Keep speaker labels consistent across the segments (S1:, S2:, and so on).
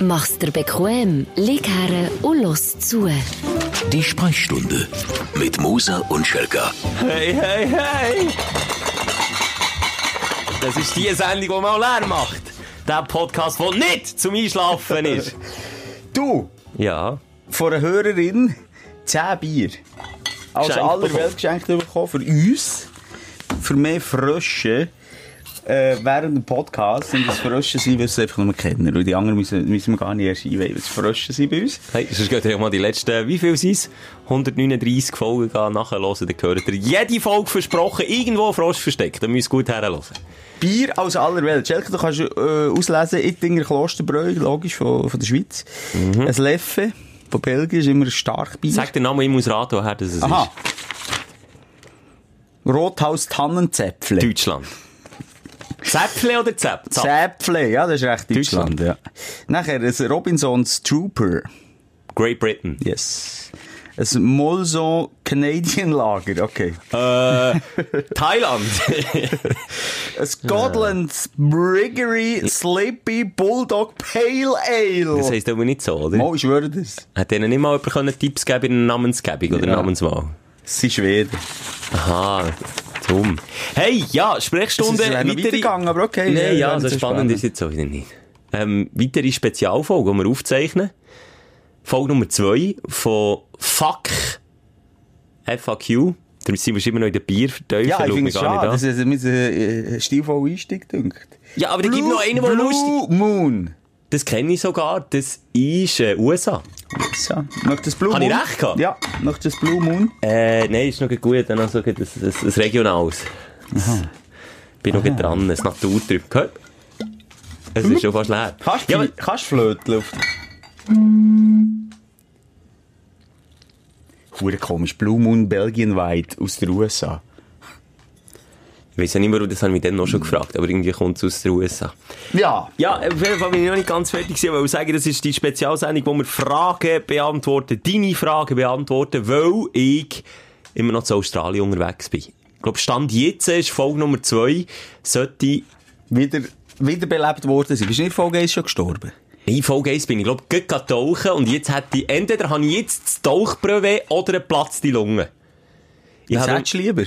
S1: Mach's dir bequem, lieg her und los zu.
S2: Die Sprechstunde mit Musa und Schelka.
S3: Hey, hey, hey! Das ist die Sendung, die man auch leer macht. Der Podcast, der nicht zum Einschlafen ist.
S4: Du,
S3: Ja.
S4: von einer Hörerin, 10 Bier. Also
S3: Geschenkt
S4: aller
S3: bekommen.
S4: Welt geschenkt bekommen für uns. Für mehr Frösche. Äh, während dem Podcast sind das Frösche sein, weil sie es einfach nur kennen. Weil die anderen müssen, müssen wir gar nicht erst einweihen, was Frösche sind bei uns.
S3: Hey, sonst geht ihr mal die letzten, wie viel sind 139 Folgen gehen, nachher hören, dann hört ihr jede Folge versprochen, irgendwo ein Frosch versteckt. Dann müsst ihr gut herhören.
S4: Bier aus aller Welt. Schelke, du kannst äh, auslesen, Ittinger Klosterbräu, logisch, von, von der Schweiz. Ein Leffe von Belgien ist immer ein Starkbier.
S3: Mhm. Sag den Namen, ich muss raten, woher das es
S4: Aha. Rothaus Tannenzäpfle.
S3: ist. Deutschland. Zäpfle oder Zäp? Zap.
S4: Zäpfle, ja, das ist recht
S3: Deutschland.
S4: Deutschland. ja. Nachher ein Robinsons Trooper.
S3: Great Britain.
S4: Yes. Ein Molson Canadian Lager, okay.
S3: Äh, Thailand.
S4: Ein Scotland's Briggery Sleepy Bulldog Pale Ale.
S3: Das heisst aber nicht so, oder?
S4: Mo, ich schwöre das.
S3: Hat denen nicht mal jemand können Tipps geben in der Namensgebung oder
S4: Ja.
S3: Namenswahl?
S4: Es sind Schweden.
S3: Aha, dumm. Hey, ja, Sprechstunde.
S4: Es ist leider
S3: äh, weitere-
S4: weitergegangen, aber okay. Ja,
S3: Nein, ja,
S4: ja,
S3: so
S4: das ist
S3: spannend
S4: spannend.
S3: ist jetzt auch wieder nicht. Ähm, weitere Spezialfolge, die wir aufzeichnen. Folge Nummer 2 von Fuck. FAQ. Da sind wir immer noch in der Bierverteilung.
S4: Ja, ich finde es schade. Das ist mit einem stilvollen Einstieg, denkt.
S3: Ja, aber da gibt noch einen, der lustig
S4: Blue Moon.
S3: Das kenne ich sogar. Das ist äh, USA.
S4: So, möchtest du Blue
S3: Habe ich
S4: Moon?
S3: recht gehabt?
S4: Ja, möchtest du Blue Moon?
S3: Äh, nein, ist noch gut. Dann also ein, ein, ein regionales. Bin noch dran. Ein Naturtrüb. Gehört? Es ist schon Mhm. fast leer.
S4: Kannst
S3: Ja,
S4: du
S3: aber-
S4: ja, flöten auf... Hure komisch. Blue Moon Belgian White aus den USA.
S3: Ich weiß ja nicht mehr, das habe ich mich dann noch schon gefragt, aber irgendwie kommt es aus den USA.
S4: Ja.
S3: Ja, äh, auf jeden Fall bin ich noch nicht ganz fertig gewesen, weil ich sagen, das ist die Spezialsendung, wo wir Fragen beantworten, deine Fragen beantworten, weil ich immer noch zu Australien unterwegs bin. Ich glaube, Stand jetzt ist Folge Nummer 2, sollte...
S4: Wieder, wiederbelebt worden sind. Bist du nicht Folge 1 schon gestorben?
S3: In Folge 1 bin ich, glaube ich, gerade tauchen und jetzt hätte ich... Entweder habe ich jetzt das Tauchbrevet oder eine platzte Lunge. Ich
S4: Was
S3: habe...
S4: hättest du lieber?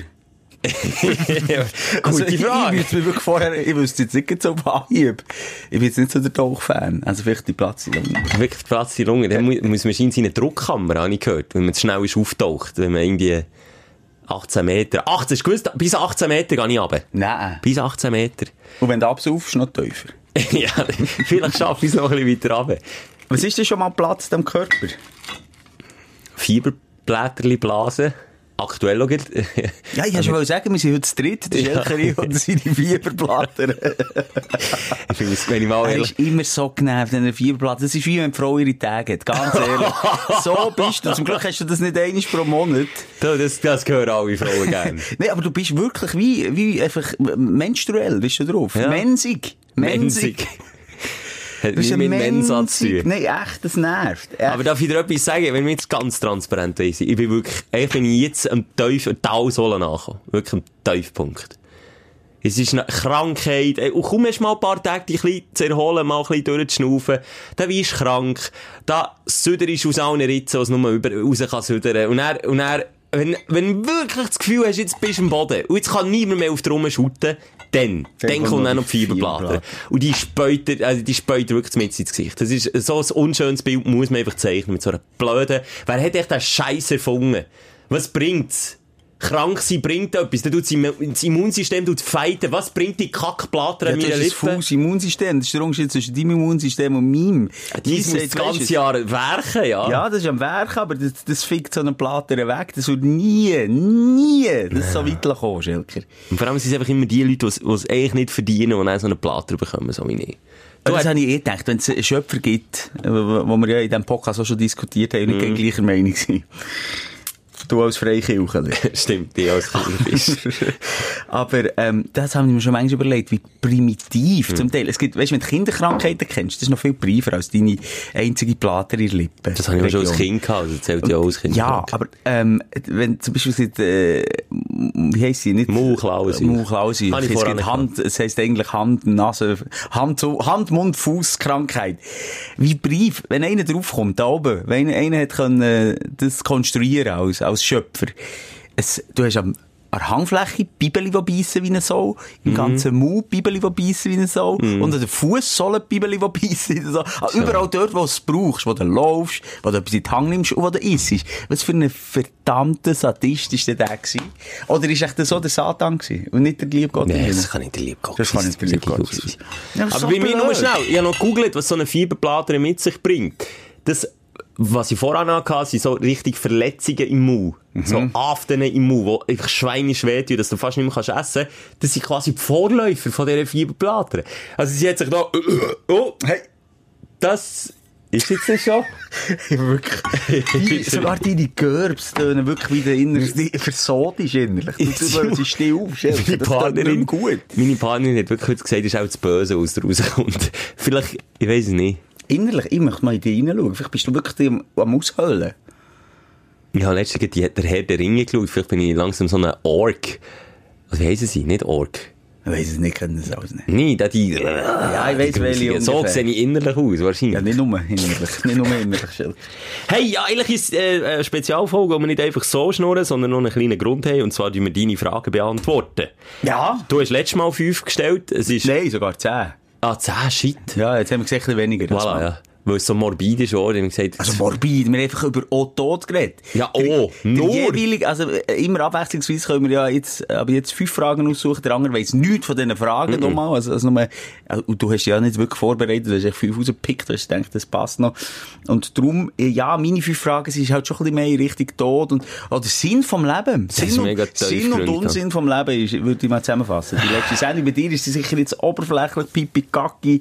S3: Also, Gute Frage.
S4: Ich, ich, ich, vorher, ich wüsste jetzt nicht so auf Anhieb. Ich bin jetzt nicht so der Tauchfan. Also vielleicht die Platz.
S3: Wirklich Platz in der Lunge. Dann mu- muss man scheinbar seine Druckkammer, habe ich gehört, wenn man zu schnell ist auftaucht, wenn man irgendwie 18 Meter, 18, hast du gewusst, bis 18 Meter gehe ich runter.
S4: Nein.
S3: Bis 18 Meter.
S4: Und wenn du absaufst, noch tiefer.
S3: ja, vielleicht schaffe ich es noch ein bisschen weiter runter.
S4: Was ist denn schon mal Platz am Körper?
S3: Fieberblätterli blasen. Aktuell auch gerade.
S4: Ja, ich wollte schon sagen, wir sind heute zu dritt. Der
S3: Ja.
S4: Schelkeri und seine Fieberblätter.
S3: Ich finde es, wenn ich mal
S4: Er
S3: ehrlich...
S4: ist immer so genervt, wenn er Fieberblatt. Das ist wie wenn die Frau ihre Tage hat. Ganz ehrlich. so bist du. Zum Glück hast du das nicht einmal pro Monat.
S3: Du, Das, das hören alle Frauen gerne.
S4: Nein, aber du bist wirklich wie, wie einfach menstruell, bist du drauf.
S3: Ja.
S4: Mensig.
S3: Mensig.
S4: Mensig.
S3: Hat
S4: Du bist
S3: nicht
S4: ein
S3: mit Mensa zu
S4: Mensig.
S3: tun.
S4: Nein, echt, das nervt. Echt.
S3: Aber darf ich dir etwas sagen, wenn wir jetzt ganz transparent sind? Ich bin wirklich, ich bin jetzt am Teuf, am Talsohle nachgekommen. Wirklich am Teufpunkt. Es ist eine Krankheit. Ey, Und komm erst mal ein paar Tage dich ein bisschen zu erholen, mal ein bisschen durchzuschnaufen. Dann wirst du krank. Da süderst du aus allen Ritzen, was nur über, raus kann südern. Und er, und er, wenn, wenn du wirklich das Gefühl hast, jetzt bist du am Boden und jetzt kann niemand mehr auf dir rumschuten, dann, dann, kommt dann noch die Fiberblatter. Und die späut dir- also die späut dir wirklich mit ins Gesicht. Das ist so ein unschönes Bild, muss man einfach zeichnen, mit so einer blöden, wer hat echt den Scheiß erfunden? Was bringt's? Krank sein bringt etwas, dann tut's im- das Immunsystem tut's fighten. Was bringt die Kackblatter
S4: Ja,
S3: an
S4: das
S3: meiner
S4: ist ein
S3: Lippe?
S4: faules Immunsystem. Das ist der Unterschied zwischen deinem Immunsystem und meinem.
S3: Die
S4: Deins
S3: muss das
S4: sagt,
S3: ganze
S4: weisst du,
S3: Jahr werken, ja.
S4: Ja, das ist am Werk, aber das, das fickt so einen Plater weg. Das wird nie, nie das
S3: Äh.
S4: so weit kommen, Schelker.
S3: Und vor allem sind es einfach immer die Leute, die es eigentlich nicht verdienen und dann so einen Platter bekommen, so wie ich.
S4: Du, das habe ich eh gedacht, wenn es einen Schöpfer gibt, äh, wo wo wir ja in diesem Podcast auch schon diskutiert haben, und nicht mm. gleicher Meinung sind. Du als Freikirchler.
S3: Stimmt, die als Kinder bist.
S4: Dus- Aber ähm, das haben wir schon manchmal überlegt, wie primitiv zum Teil. Es gibt, weißt du, wenn du Kinderkrankheiten kennst, das ist noch viel briefer als deine einzige Plater in der Lippe.
S3: Das habe ich auch schon als
S4: Region. ehm,
S3: Kind gehabt, also zählt ja auch als Kind.
S4: Ja, aber ähm, wenn zum Beispiel sieht, äh, wie heisst sie? Nicht,
S3: Mauklausi.
S4: Mauklausi.
S3: Habe ich
S4: Es,
S3: vorher
S4: gibt Hand, es heisst eigentlich Hand, Nase, Hand, Hand Mund, Fuß, Krankheit. Wie brief, wenn einer draufkommt, da oben, wenn einer hat können, äh, das konstruieren als, als Schöpfer. Es, du hast am, an der Hangfläche Bibeli, die beißen wie ein Sau, im ganzen Mund Bibeli, die beißen wie ein Sau, und an den Fußsohlen Bibeli, die beißen wie ein Sau. Also Überall dort, wo du es brauchst, wo du laufst, wo du etwas in die Hand nimmst und wo du isst. Was für ein verdammter Sadist ist denn der gewesen? Oder ist echt so der Satan gewesen und nicht der liebe Gott?
S3: Nee, das kann nicht der liebe Gott
S4: Das kann nicht der liebe Gott sein. Ja,
S3: Aber
S4: so
S3: bei mir
S4: blöd.
S3: nur schnell. Ich habe noch gegoogelt, was so eine Fieberplater mit sich bringt. Das, was ich vorhin hatte, sind so richtig Verletzungen im Mund.
S4: Mhm.
S3: So Aften im Mund, wo einfach Schweine schwer tun, dass du fast nicht mehr kannst essen kannst. Das sind quasi die Vorläufer von dieser Fieberplater. Also sie hat sich da, oh,
S4: Hey,
S3: das ist jetzt nicht schon.
S4: wirklich. Die, sogar deine Gerbs tönen wirklich wie der innerste, versod ist innerlich. Du
S3: Jetzt-
S4: sollst still aufstellen.
S3: Meine
S4: Das tut nicht mehr
S3: Partnerin,
S4: gut.
S3: meine Partnerin hat wirklich heute gesagt, das ist auch das Böse, was da rauskommt. Vielleicht, ich weiß es nicht.
S4: Innerlich, ich möchte mal in dich hineinschauen. Vielleicht bist du wirklich am, am Aushöhlen.
S3: Ich habe letztens gerade die- der Herr der Ringe geschaut. Vielleicht bin ich langsam so ein Ork. Also, wie heissen sie? Nicht Ork.
S4: Ich weiss es nicht, können das alles nicht.
S3: Nein, da die... Ja,
S4: ich weiss, welche
S3: So
S4: ungefähr.
S3: sehe ich innerlich aus, wahrscheinlich.
S4: Ja, nicht nur innerlich. Nicht nur innerlich, Schild.
S3: Hey, ja, eigentlich ist es äh, eine Spezialfolge, wo wir nicht einfach so schnurren, sondern noch einen kleinen Grund haben. Und zwar, die wir deine Fragen beantworten.
S4: Ja?
S3: Du hast letztes Mal fünf gestellt. Es ist...
S4: Nein, sogar 10.
S3: Ah, zehn, shit.
S4: Ja, jetzt haben wir gesagt, ein bisschen weniger. als
S3: Voilà,
S4: mal.
S3: ja. Weil es so morbid ist, oder? Ich habe gesagt...
S4: Also morbid, wir haben einfach über O Tod geredet.
S3: Ja,
S4: Der-
S3: O,
S4: der
S3: nur.
S4: Jeweilig, also äh, immer abwechslungsweise können wir ja jetzt, äh, aber jetzt fünf Fragen aussuchen, der andere weiss nichts von diesen Fragen nochmal. Also, also nochmal, äh, und du hast ja nicht wirklich vorbereitet, du hast echt fünf rausgepickt, du hast gedacht, das passt noch. Und darum, äh, ja, meine fünf Fragen sind halt schon ein bisschen mehr in Richtung Tod und, oder Sinn vom Leben. Sinn,
S3: ist
S4: und,
S3: mega tief
S4: Sinn und
S3: gründet,
S4: Unsinn vom Leben ist, würde ich mal zusammenfassen. Die letzte Sendung bei dir ist sie sicher jetzt oberflächlich pipi-kacki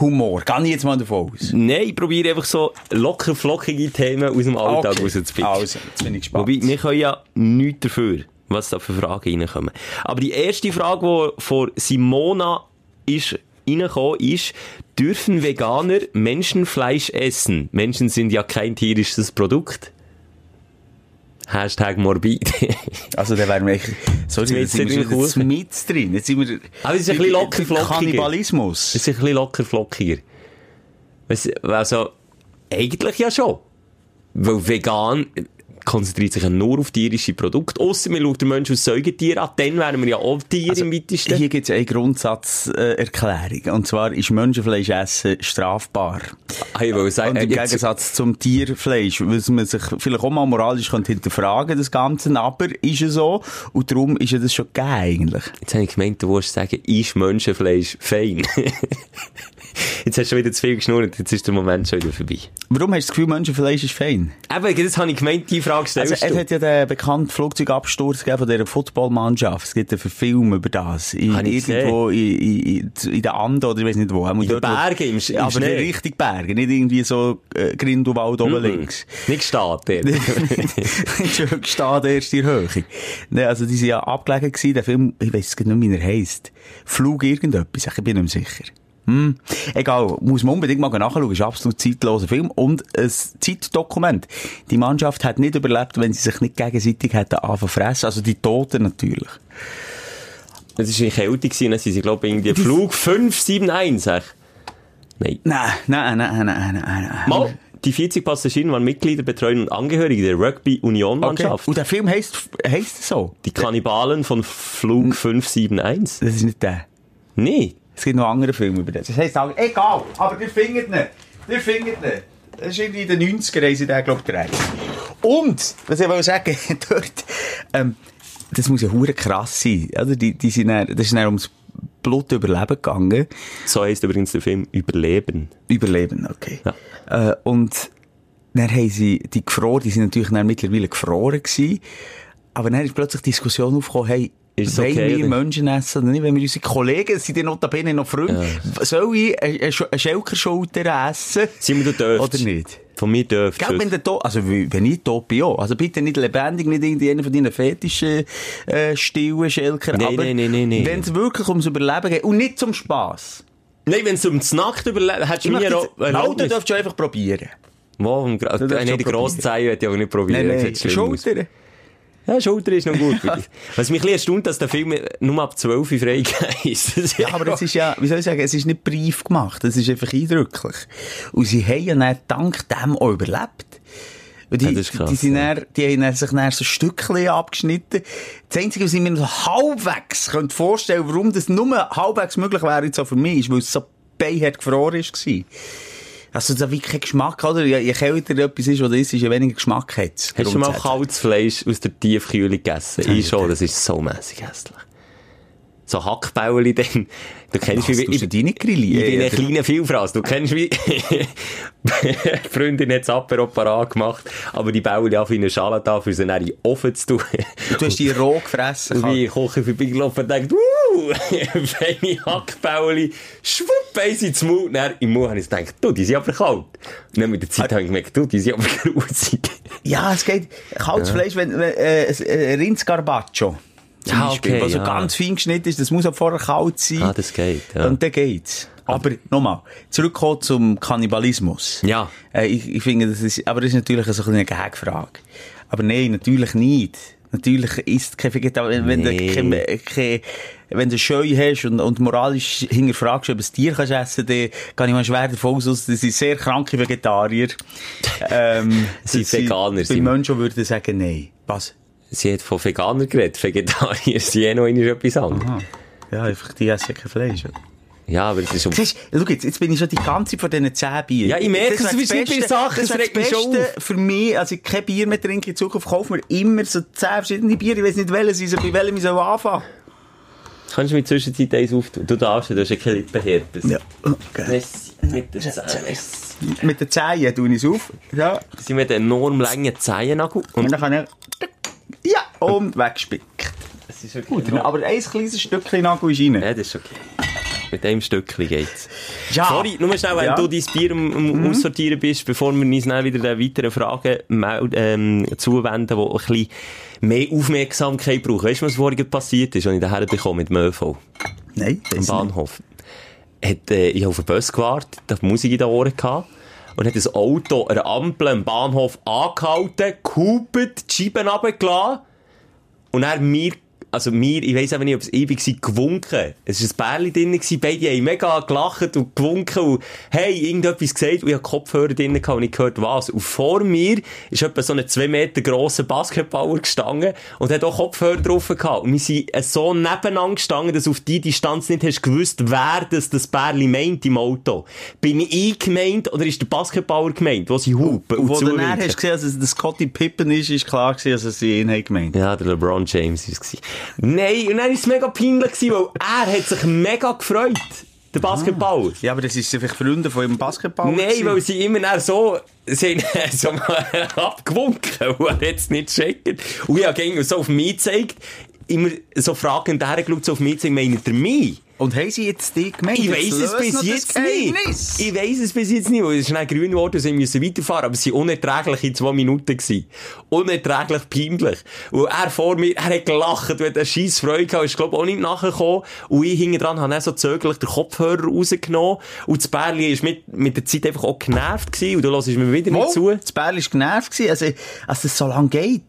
S4: Humor. Gehe ich jetzt mal davon aus.
S3: Nein, ich probiere einfach so locker flockige Themen aus dem Alltag okay. rauszupicken.
S4: Also, jetzt bin ich gespannt.
S3: Wobei, wir können ja nichts dafür, was da für Fragen reinkommen. Aber die erste Frage, die von Simona ist reingekommen ist, dürfen Veganer Menschenfleisch essen? Menschen sind ja kein tierisches Produkt. Hashtag morbid.
S4: Also, dann wären wir echt, sorry,
S3: Jetzt
S4: jetzt sind wir
S3: sind wir
S4: schon wieder mit drin. Jetzt sind wir,
S3: Aber es Ah, ist ein bisschen locker flockiger.
S4: Kannibalismus.
S3: das ist ein bisschen locker flockiger. Weiss- Also, eigentlich ja schon. Weil vegan konzentriert sich ja nur auf tierische Produkte. Ausser man schaut den Menschen als Säugetier an, dann wären wir ja auch Tiere im weitesten.
S4: Hier gibt es eine Grundsatzerklärung. Und zwar ist Menschenfleisch essen strafbar.
S3: Ah, ich wollte sagen,
S4: Und
S3: äh,
S4: im
S3: jetzt-
S4: Gegensatz zum Tierfleisch, was man sich vielleicht auch mal moralisch könnte hinterfragen das Ganze, aber ist es so. Und darum ist ja das schon gegeben eigentlich.
S3: Jetzt habe ich gemeint, du wolltest sagen, ist Menschenfleisch fein? jetzt hast du schon wieder zu viel geschnurrt, jetzt ist der Moment schon wieder vorbei.
S4: Warum hast du das Gefühl, Menschenfleisch ist fein?
S3: Eben, jetzt habe ich gemeint, die Frage stellst
S4: Also,
S3: du.
S4: es hat ja den bekannten Flugzeugabsturz gegeben von dieser Footballmannschaft. Es gibt einen Film über das. In,
S3: Hab ich
S4: irgendwo in, in, in- in den Anden oder ich weiß nicht wo. In
S3: den Bergen, im Sch- im
S4: Aber
S3: Schnee.
S4: richtig Bergen, nicht irgendwie so äh, Grindelwald oben
S3: Mhm.
S4: links.
S3: Nicht gestanden. dort.
S4: Schön gestanden, erste Erhöhung. Nee, also die sind ja abgelegen gewesen, der Film, ich weiss gar nicht, wie er heisst. Flug irgendetwas, ich bin nicht mehr sicher. Hm. Egal, muss man unbedingt mal nachschauen, ist ein absolut zeitloser Film und ein Zeitdokument. Die Mannschaft hat nicht überlebt, wenn sie sich nicht gegenseitig hätten anfangen fressen, also die Toten natürlich.
S3: Es war in Kälte, gewesen, dann sind sie, glaube ich, irgendwie Flug 571. sag ich. Nein.
S4: Nein, nein, nein, nein, nein, nein.
S3: Mal, die 40 Passagiere waren Mitglieder, Betreuer und Angehörige der
S4: Okay.
S3: Rugby-Union-Mannschaft.
S4: Und der Film heisst, heisst so?
S3: Die Kannibalen von Flug 571.
S4: Das ist nicht der.
S3: Nee.
S4: Es gibt noch andere Filme über das. Das heisst auch, egal, aber ihr findet ihn. Ihr findet ihn. Das ist irgendwie in den 90er haben sie den, glaube ich, gedreht. Und, was ich will sagen, dort, ähm, das muss ja hure krass sein. Oder? Die, die sind dann, das ist dann ums Blut überleben gegangen.
S3: So heisst übrigens der Film Überleben.
S4: Überleben, okay. Äh, und dann haben sie die gefroren, die sind natürlich dann mittlerweile gefroren gewesen. Aber dann ist plötzlich die Diskussion aufgekommen, hey,
S3: Ist es
S4: wollen
S3: okay,
S4: wir
S3: oder?
S4: Menschen essen oder nicht? Wenn wir unsere Kollegen, es sind die notabene noch Freunde, soll ich eine, eine Sch- eine Schelkerschulter essen?
S3: Simon, du dürfst.
S4: Oder nicht?
S3: Von mir dürft
S4: Gell, wenn, der to also, wie- wenn ich tot bin, ja. Also bitte nicht lebendig, nicht irgendeiner von deinen fetischen, äh, stillen Schelker.
S3: Nee,
S4: aber
S3: nee, nee, nee, nee.
S4: wenn es wirklich ums Überleben geht und nicht zum Spaß.
S3: Nein, wenn es um die Nacht überlebt, hättest du
S4: Ich
S3: mir
S4: möchte
S3: auch...
S4: jetzt- Nein, du darfst ja einfach probieren.
S3: Wo, vom Gra-
S4: Du darfst
S3: Nein,
S4: schon
S3: die
S4: probieren.
S3: grosse Zeile hätte ich aber nicht probiert.
S4: Nein,
S3: Das
S4: nein,
S3: sieht schlimm aus.
S4: Schulter.
S3: Ja, Schulter ist noch gut. für dich. Was mich ein bisschen erstaunt, dass der Film nur ab 12 Uhr freigegeben ist. Das ist
S4: Ja, aber es ist ja, wie soll ich sagen, es ist nicht brief gemacht, es ist einfach eindrücklich. Und sie haben ja dann dank dem auch überlebt. Weil Die,
S3: Ja, das ist krass,
S4: die, sind
S3: ja.
S4: dann, die haben dann sich dann so Stückchen abgeschnitten. Das Einzige, was ich mir noch halbwegs könnte vorstellen warum das nur halbwegs möglich wäre, jetzt auch für mich, ist, weil es so beihart gefroren war. Also, da wirklich kein Geschmack, oder? Je, je kälter etwas ist, oder ist, ist je weniger Geschmack hat
S3: Hast du schon mal kaltes Fleisch aus der Tiefkühle gegessen?
S4: Nein,
S3: ich schon,
S4: bitte.
S3: das ist so mässig hässlich. So Hackbäueli dann. Du kennst
S4: Was,
S3: mich,
S4: tust du die nicht grillieren?
S3: Ich bin ein
S4: Oder?
S3: kleiner Vielfraß. Du kennst mich. Die Freundin hat das Apero parat gemacht, aber die Bäueli auf eine Schale da, für sie dann in den Ofen zu tun.
S4: Du hast die roh gefressen.
S3: Und wie ich koche vorbeigelaufen und denkt, wuh, feine Hackbäuli, schwupp, eins ins Maul. Dann im Mund habe ich gedacht, du, die sind aber kalt. Und dann mit der Zeit habe ich gemerkt, du, die sind aber grusig.
S4: Ja, es geht kaltes Fleisch, wenn, wenn äh, es- äh, Rindsgarbaccio. Zum
S3: Ah,
S4: Beispiel,
S3: okay,
S4: was so
S3: ja.
S4: ganz fein geschnitten ist, das muss auch vorher kalt sein.
S3: Ah, das geht, ja.
S4: Und dann geht's. Aber nochmal, zurückkommen zum Kannibalismus.
S3: Ja.
S4: Äh, ich, ich finde, das ist, aber das ist natürlich so ein bisschen eine Gegenfrage. Aber nein, natürlich nicht. Natürlich ist kein Vegetarier, wenn,
S3: Nee.
S4: du kein, kein, wenn du Scheu hast und, und moralisch hinterfragst, ob du ein Tier kannst essen kannst, dann kann ich mal schwer davon aus, das sind sehr kranke Vegetarier. ähm,
S3: Sie
S4: dass
S3: Veganer
S4: Bei
S3: sind.
S4: Menschen würden sagen, nein. Was?
S3: Sie hat von Veganer geredet, Vegetarier sind eh noch einmal etwas anderes.
S4: Ja, einfach, die essen kein Fleisch. oder?
S3: Ja, aber es ist um...
S4: Siehst, schau jetzt, jetzt bin ich schon die ganze Zeit von diesen 10 Bier.
S3: Ja, ich merke,
S4: Das wäre
S3: du bist
S4: das
S3: nicht bei
S4: Beste-
S3: Sachen,
S4: Das
S3: das
S4: wäre das
S3: regt mich schon
S4: Beste für mich, also ich kein Bier mehr trinke in Zukunft, kaufe mir immer so 10 verschiedene Bier. Ich weiß nicht, welches ist, bei welchem ich soll anfangen
S3: Kannst du mir in der Zwischenzeit eins auftun? Du darfst, ja, du hast ja keine Lippenhärte.
S4: Ja, okay.
S3: Merci, mit den Zähnen.
S4: Mit den Zehen tue ich es auf. Ja.
S3: Sie mit enorm langen Zehennagel.
S4: Und
S3: Und
S4: dann kann ich... Ja, und wegspickt.
S3: es ist wirklich...
S4: Genau. Aber ein kleines Stückchen Nagel ist rein.
S3: Ja, das ist okay. Mit einem Stückchen geht's.
S4: Ja.
S3: Sorry, nur schnell, wenn
S4: Ah. Ja. Mhm.
S3: du dein Bier am, am Aussortieren bist, bevor wir uns dann wieder den weiteren Fragen mel- ähm, zuwenden, die ein bisschen mehr Aufmerksamkeit brauchen. Weißt du, was vorhin passiert ist, als ich daher bekomme mit dem ÖV am
S4: Nein, das nicht.
S3: Bahnhof? Hat, äh, ich habe auf den Bus gewartet, da Musik in den Ohren gehabt. Und hat ein Auto an der Ampel am Bahnhof angehalten, gehupet, die Scheiben runtergelassen. Und er mir, also mir, ich weiss auch nicht, ob es ewig war, gewunken. Es war ein Bärli drin, gewesen, beide haben mega gelacht und gewunken und hey, irgendetwas gesagt und ich hatte Kopfhörer drin gehabt und ich gehört was. Und vor mir ist etwa so ein 2 Meter grosser Basketballer gestanden und hat auch Kopfhörer drauf gehabt. Und wir sind äh, so nebeneinander gestanden, dass du auf die Distanz nicht hast gewusst, wer das, das Bärli meint im Auto. Bin ich gemeint oder ist der Basketballer gemeint, wo sie hupen und,
S4: Wo du dann
S3: zuwinken?
S4: hast gesehen, dass es der Scotty Pippen ist, ist klar gewesen, dass es sie ihn haben gemeint.
S3: Ja, der LeBron James war es. Nein, und dann war es mega peinlich, gewesen, weil er hat sich mega gefreut. Der Basketball.
S4: Ja, aber das ist vielleicht Freunde von ihrem Basketball.
S3: Nein,
S4: gewesen.
S3: weil sie immer dann so, sie haben dann so mal abgewunken und er hat's nicht gecheckt. Und ich habe gegen so auf mich gezeigt, immer so fragend hergeschaut, so auf mich gezeigt, meint er mich?
S4: Und haben sie jetzt die gemeint?
S3: Ich
S4: Jetzt
S3: weiß es
S4: löst noch
S3: bis
S4: das
S3: jetzt
S4: Geheimnis.
S3: nicht. Ich weiß es bis jetzt nicht, weil es ist schnell grün geworden und sie müssen weiterfahren. Aber sie waren unerträgliche zwei Minuten. Gewesen. Unerträglich peinlich. Und er vor mir, er hat gelacht, weil er scheiß Freude gehabt ist, glaube auch nicht nachgekommen. Und ich hinten dran habe dann so zögerlich den Kopfhörer rausgenommen. Und das Bärli ist mit, mit der Zeit einfach auch genervt gewesen. Und du hörst mir wieder
S4: Mal,
S3: nicht zu.
S4: Das Bärli war genervt, gewesen, also, als es so lange geht.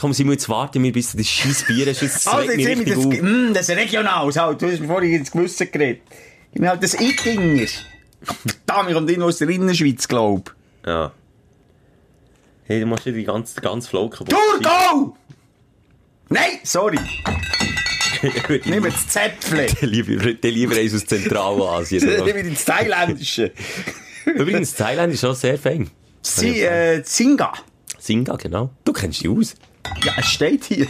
S3: Komm, sie müssen jetzt warten, wir bis das scheiß Bier ist. Das
S4: Also,
S3: regt mich richtig auf.
S4: mm, das Regionales halt. Du hast mir vorhin ins Gewissen geredet. Ich meine halt das Eitinger. Da, wir kommen irgendwo aus der Innerschweiz, glaub.
S3: Ja. Hey, du machst ja die ganze, ganze Flow kaputt.
S4: Thurgau! Nein, sorry. Nimm jetzt das Zäpfle.
S3: Lieber, der lieber eins aus
S4: Nimm
S3: Zentralasien.
S4: jetzt das Thailändische.
S3: Übrigens, Thailand ist schon sehr fein.
S4: Sie, äh, Singa.
S3: Singa, genau. Du kennst dich aus.
S4: Ja, es steht hier.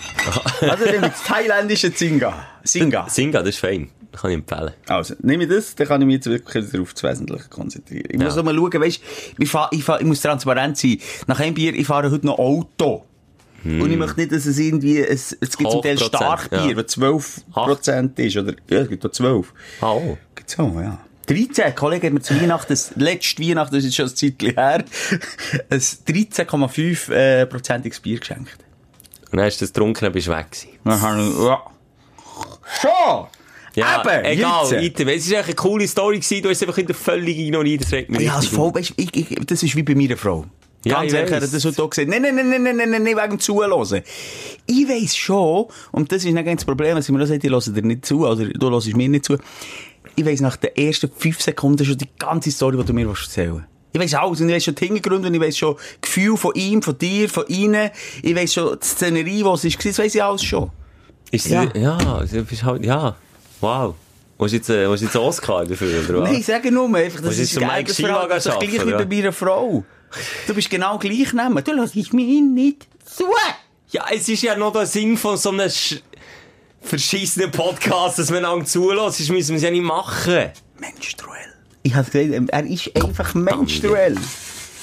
S4: Also nimm jetzt das thailändische Zinga. Singa.
S3: Singa, das ist fein. Kann ich empfehlen.
S4: Also, nehme ich das, dann kann ich mich jetzt wirklich darauf das Wesentliche konzentrieren. Ich muss
S3: Ja.
S4: nur mal schauen, weißt du, ich, fahr- ich, fahr- ich muss transparent sein. Nach einem Bier, ich fahre heute noch Auto. Und ich möchte nicht, dass es irgendwie, es, es gibt zum Teil
S3: Hm. Hochprozent,
S4: Starkbier,
S3: ja.
S4: wo 12% ist, oder, ja, es gibt auch 12.
S3: Ah, oh.
S4: Gibt's auch, ja. 13, ein Kollege hat mir zu Weihnachten, das letzte Weihnachten, das ist schon ein Zeitchen her, ein 13,5%iges Bier geschenkt.
S3: Und dann hast du das getrunken und bist weg gewesen.
S4: Dann habe ich, ja. Schon! Eben,
S3: egal,
S4: jetzt.
S3: weiter. Es war echt eine coole Story gewesen. Du hast es einfach in der völlig ignoriert. Das regt mich
S4: Ja, also
S3: richtig
S4: voll, weißt, ich, ich, das ist wie bei meiner Frau.
S3: Ja,
S4: Ganz
S3: ich
S4: ehrlich, er
S3: weiss.
S4: hat das heute auch gesagt. Nein, nein, nein, nein, nein, nein, nein, nein, wegen dem Zuhören. Ich weiss schon, und das ist nicht das Problem, dass ich mir das sage, ich höre dir nicht zu, oder du hörst mir nicht zu. Ich weiss nach den ersten fünf Sekunden schon die ganze Story, die du mir willst erzählen willst. Ich weiss alles, und ich weiss schon die Hintergründe, und ich weiss schon das Gefühl von ihm, von dir, von ihnen. Ich weiss schon die Szenerie, die es war, das weiss ich alles schon.
S3: Ist
S4: Ja.
S3: ja. ja, du bist halt, ja. Wow. Was jetzt, äh, was jetzt einen Oscar dafür, oder was?
S4: Nein, sag nur einfach, das
S3: Was
S4: ist
S3: ist der
S4: ein
S3: Mike
S4: eigenes
S3: Schilag
S4: Verhalten. Das ist doch
S3: geschaffen,
S4: gleich wie bei
S3: oder?
S4: meiner Frau. Du bist genau gleich nehmen. Du lass ich mich nicht zu.
S3: Ja, es ist ja noch der Sinn von so einem sch verschissenen Podcast, dass man lang zulässt. Das müssen wir es ja nicht machen.
S4: Menstruell. Ich habe gesagt, ähm, er ist einfach menstruell.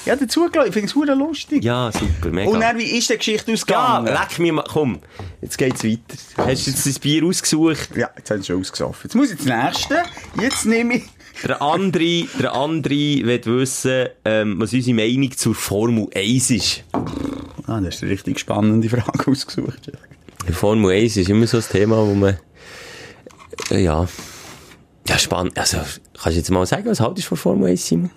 S4: Ja, dazu gelassen. Ich finde es hure lustig.
S3: Ja, super, mega.
S4: Und dann, wie ist die Geschichte
S3: ja,
S4: ausgegangen?
S3: leck mich mal. Komm, jetzt geht's weiter. Hast du jetzt dein Bier ausgesucht?
S4: Ja, jetzt haben sie schon ausgesoffen. Jetzt muss ich das nächste. Jetzt nehme ich.
S3: Der andere, der andere will wissen, ähm, was unsere Meinung zur Formel 1 ist.
S4: Ah, das ist eine richtig spannende Frage ausgesucht.
S3: Die Formel 1 ist immer so ein Thema, wo man, äh, ja. Ja, spannend. Also, kannst du jetzt mal sagen, was haltest du von Formel 1, Simon?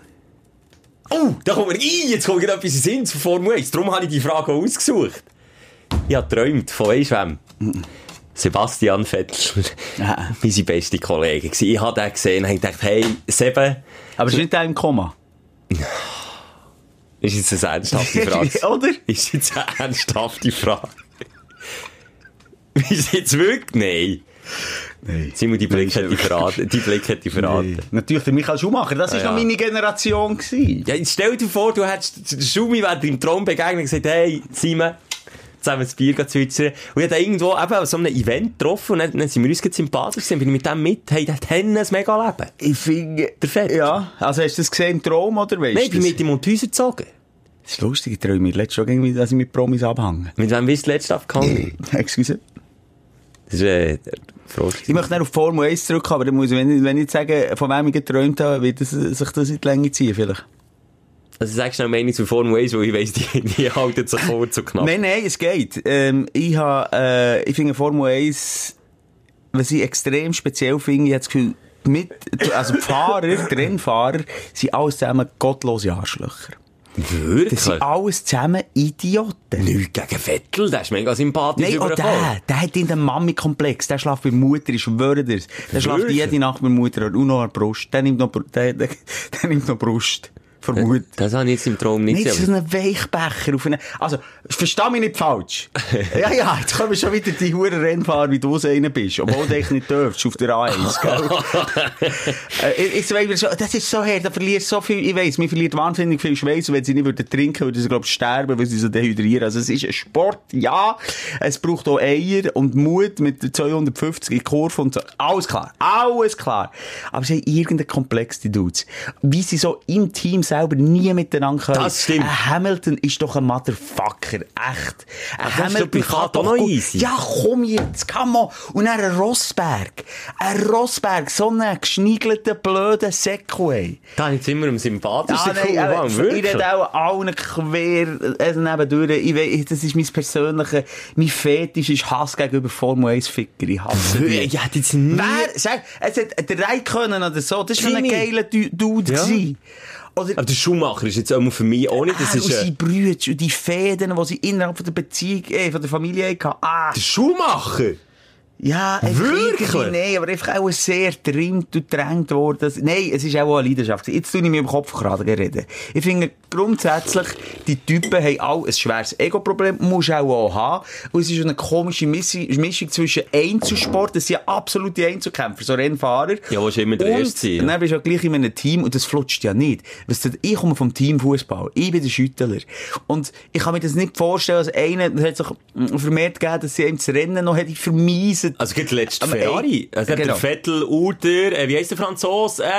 S3: Oh, da kommen wir rein. Jetzt kommt gerade etwas in den Sinn zu Formel 1. Darum habe ich die Frage auch ausgesucht. Ich habe geträumt von weisst wem? Sebastian Vettel.
S4: Ah.
S3: Meine beste Kollege. gewesen. Ich habe den gesehen und habe gedacht, hey, Seben,
S4: Aber es ist nicht der im Komma.
S3: ist jetzt eine ernsthafte Frage.
S4: Oder?
S3: Ist jetzt eine ernsthafte Frage. Ist jetzt wirklich? Nein.
S4: Nein.
S3: Simon, die Blick hat die verraten. Die Blick hat die verraten.
S4: Natürlich, der Michael Schumacher, das war
S3: ja.
S4: noch meine Generation. Gewesen.
S3: Ja, jetzt stell dir vor, du hättest, der Schumi wäre dir im Traum begegnet und gesagt, hey, Simon, zusammen das Bier gehen zu Hützern. Und ich habe ihn irgendwo eben an so einem Event getroffen und dann, dann sind wir uns gerade sympathisch gewesen, bin ich mit dem mit, hey, der hat Hennen ein mega Leben.
S4: Ich finde...
S3: Der Fett.
S4: Ja, also hast du das gesehen im Traum, oder weißt
S3: Nein, ich bin
S4: das?
S3: mit ihm unter Häuser gezogen.
S4: Das ist lustig, ich träume mir letztes Jahr, irgendwie, dass ich mit Promis abhänge.
S3: Mit wem bist du letztes
S4: Äh.
S3: abgehangen?
S4: Excuse.
S3: Das ist, äh, der Frosch.
S4: Ich möchte dann auf die Formel 1 zurück, aber dann muss ich, wenn ich, wenn ich sage, von wem ich geträumt habe, wird das, sich das in die Länge ziehen, vielleicht.
S3: Also sag schnell meine zu Formel 1, weil ich weiss, die, die halten sich kurz und knapp.
S4: Nein, nein, es geht. Ähm, ich habe, äh, ich finde Formel 1, was ich extrem speziell finde, ich habe das Gefühl, mit, also die Fahrer, die Rennfahrer, sind alles zusammen gottlose Arschlöcher.
S3: Wirklich?
S4: Das sind alles zusammen Idioten.
S3: Nichts gegen Vettel, der ist mega sympathisch
S4: Nein, oh,
S3: übergekommen.
S4: der, der hat in den Mami-Komplex. Der schläft bei der Mutter, ich schwöre dir's. Der schläft
S3: Wirklich?
S4: jede Nacht bei der Mutter und noch an der Brust. Der nimmt noch, Br- der, der, der nimmt noch Brust. Vermut.
S3: Das habe ich jetzt im Traum nicht
S4: Nicht
S3: gesehen.
S4: so ein Weichbecher auf einen, also, versteh mich nicht falsch. ja, ja, jetzt kommen schon wieder die huren Rennfahrer, wie du so einer bist. Obwohl du echt nicht dürfst, auf der A1, gell? Äh, ich, ich sag mir so, das ist so her, da verlierst so viel, ich weiss, man verliert wahnsinnig viel Schweiß und wenn sie nicht würden trinken, würden sie, glaube ich, sterben, weil sie so dehydrieren. Dus Also es ist ein Sport, ja, es braucht auch Eier und Mut mit 250 in die Kurve und so. Alles klar, alles klar. Aber sie haben irgendeinen Komplex, die Dudes. Wie sie so im Team selber nie miteinander können.
S3: Das stimmt.
S4: Ein Hamilton ist doch ein Motherfucker, echt. Ein
S3: das ist doch privat auch noch
S4: gut-
S3: easy.
S4: Ja, komm jetzt, come on. Und dann ein Rossberg. Ein Rossberg, so einen geschniegelten, blöden Segway.
S3: Da habe ich jetzt immer am
S4: Ah,
S3: sympathischsten
S4: nein,
S3: gefunden, Mann,
S4: aber ich
S3: wirklich.
S4: rede auch allen quer äh, nebendurch. Ich weiss, das ist mein persönlicher, mein Fetisch ist Hass gegenüber Formel 1 Ficker. Ich hasse die.
S3: Ich hätte jetzt nie...
S4: Wer, sag, es hat der Räikkönen oder so, das war ein
S3: Jimmy.
S4: geiler Du- Dude.
S3: Ja. Ah,
S4: gewesen. Oder,
S3: Aber der Schuhmacher ist jetzt auch mal für mich ohne, das
S4: Ah, und
S3: ist...
S4: seine
S3: Äh,
S4: Brüder und die Fäden, die sie innerhalb von der Beziehung, eh, von der Familie hatten. Ah,
S3: der Schuhmacher?
S4: ja, einfach
S3: Wirklich?
S4: irgendwie, Nein, aber einfach auch sehr getrimmt und gedrängt worden. Das- Nein, es ist auch eine Leidenschaft. gewesen. Jetzt tue ich mir im Kopf gerade reden. Ich finde grundsätzlich, die Typen haben alle ein schweres Ego-Problem, musst du auch, auch haben. Und es ist eine komische Missi- Mischung zwischen Einzelsport, das sind ja absolute Einzelkämpfer, so Rennfahrer.
S3: Ja, willst du immer der
S4: Und
S3: Erste sein, ja.
S4: dann bist du ja gleich in einem Team und das flutscht ja nicht. Weißt du, ich komme vom Team Fußball. Ich bin der Schütteler. Und ich kann mir das nicht vorstellen, als einer, das hat sich mm, vermehrt gegeben, dass sie ihm das Rennen noch hätte vermiesen.
S3: Also gerade letzte
S4: Aber
S3: Ferrari.
S4: ey,
S3: Also hat
S4: genau.
S3: der Vettel, Uter, äh, wie heisst der Franzose? Äh,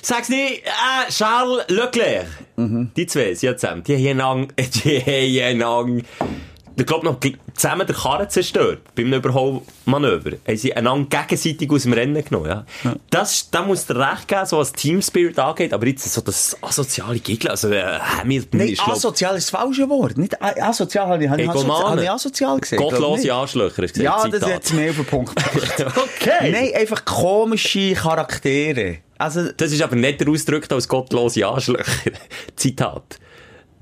S3: sag's nicht, äh, Charles Leclerc.
S4: Mhm.
S3: Die zwei, sie haben zusammen. Die haben lang, die haben lang, ich glaube noch gl- zusammen der Karren zerstört. Beim Überholmanöver. Haben sie einander gegenseitig aus dem Rennen genommen, ja. Das, da muss dir recht geben, so was Team Spirit angeht. Aber jetzt so das asoziale Gegner, also, äh, Hamilton
S4: Nein, also,
S3: ist, glaub-
S4: asozial ist das falsche Wort. Nicht a- asozial, habe ich, habe ich, asozial,
S3: Egomane.
S4: habe ich asozial gesagt. Glaub
S3: Gottlose
S4: nicht.
S3: Arschlöcher, ist
S4: Ja,
S3: gesagt,
S4: das
S3: Zitat.
S4: hat es mehr auf den Punkt gebracht.
S3: Okay.
S4: Nein, einfach komische Charaktere. Also,
S3: Das ist aber netter ausgedrückt als gottlose Arschlöcher. Zitat.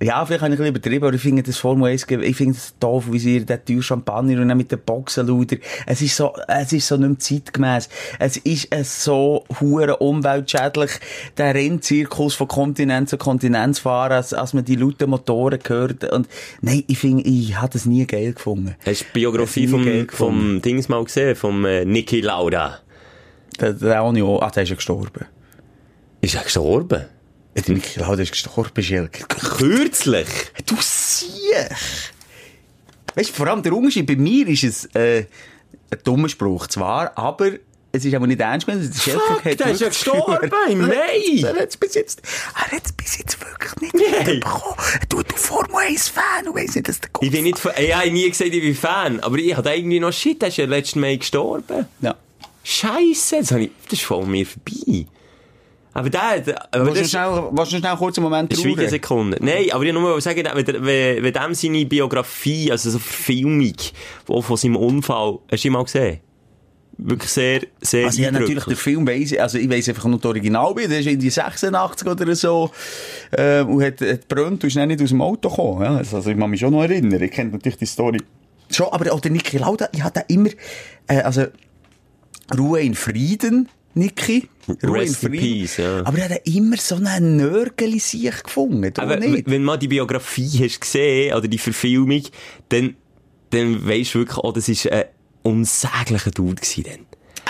S4: Ja, vielleicht habe ich ein bisschen übertrieben, aber ich finde das Formel 1, ich finde das doof, wie sie den teuren Champagner und dann mit den Boxenluder. Es ist so, es ist so nicht mehr zeitgemäß. Es ist äh, so hure umweltschädlich, der Rennzirkus von Kontinent zu Kontinent zu fahren, als, als man die lauten Motoren hört. Und, nein, ich finde, ich habe das nie geil gefunden.
S3: Hast du die Biografie
S4: Das ist nie geil
S3: vom,
S4: gefunden.
S3: vom Dings mal gesehen? Vom äh, Niki Lauda?
S4: Der, der auch nicht, auch. ah, der ist ja gestorben.
S3: Ist er gestorben?
S4: Ich glaube, der ist gestorben, Schilker.
S3: Kürzlich?
S4: Du siehst. Weißt du, vor allem der Unterschied bei mir ist es äh, ein dummer Spruch zwar, aber es ist aber nicht ernst gemeint. Der Schelker
S3: Fuck, der ist ja
S4: wirklich-
S3: gestorben im Mai.
S4: Er hat es bis jetzt, er hat es bis jetzt wirklich nicht
S3: Nein.
S4: mitbekommen. Du, du Formel 1-Fan, du weißt nicht, dass der
S3: Ich bin nicht von, ich habe nie gesagt, ich bin Fan, aber ich hatte irgendwie noch Shit, der ist ja letzten Mai gestorben.
S4: Ja.
S3: Scheiße, das, hab ich, das ist von mir vorbei. Aber der, der aber
S4: Willst du
S3: das
S4: schnell, willst du schnell kurz einen Moment
S3: Schweigen
S4: trauern?
S3: Sekunde. Nein, aber ich wollte nur mal sagen, wenn, der- wenn, wenn dem seine Biografie, also so Verfilmung auch von seinem Unfall, hast du ihn mal gesehen? Wirklich sehr, sehr
S4: Also, ja, natürlich, der
S3: eindrücklich.
S4: Film weiss ich, also, ich weiss einfach nur das Original, bin, der ist in die 86 oder so, äh, und hat, hat brennt und ist dann nicht aus dem Auto gekommen, ja. Also, ich kann mich schon noch erinnern, ich kenne natürlich die Story. Schon, aber auch der Niki Lauda, ich hatte immer, äh, also, Ruhe in Frieden, Niki. Ruhe
S3: Rest in peace, ja.
S4: Aber er hat immer so einen Nörgeli sich gefunden, du
S3: Aber
S4: nicht?
S3: wenn du mal die Biografie hast gesehen, oder die Verfilmung, dann, dann weisst du wirklich, oh, das ist ein unsäglicher Dude gewesen dann.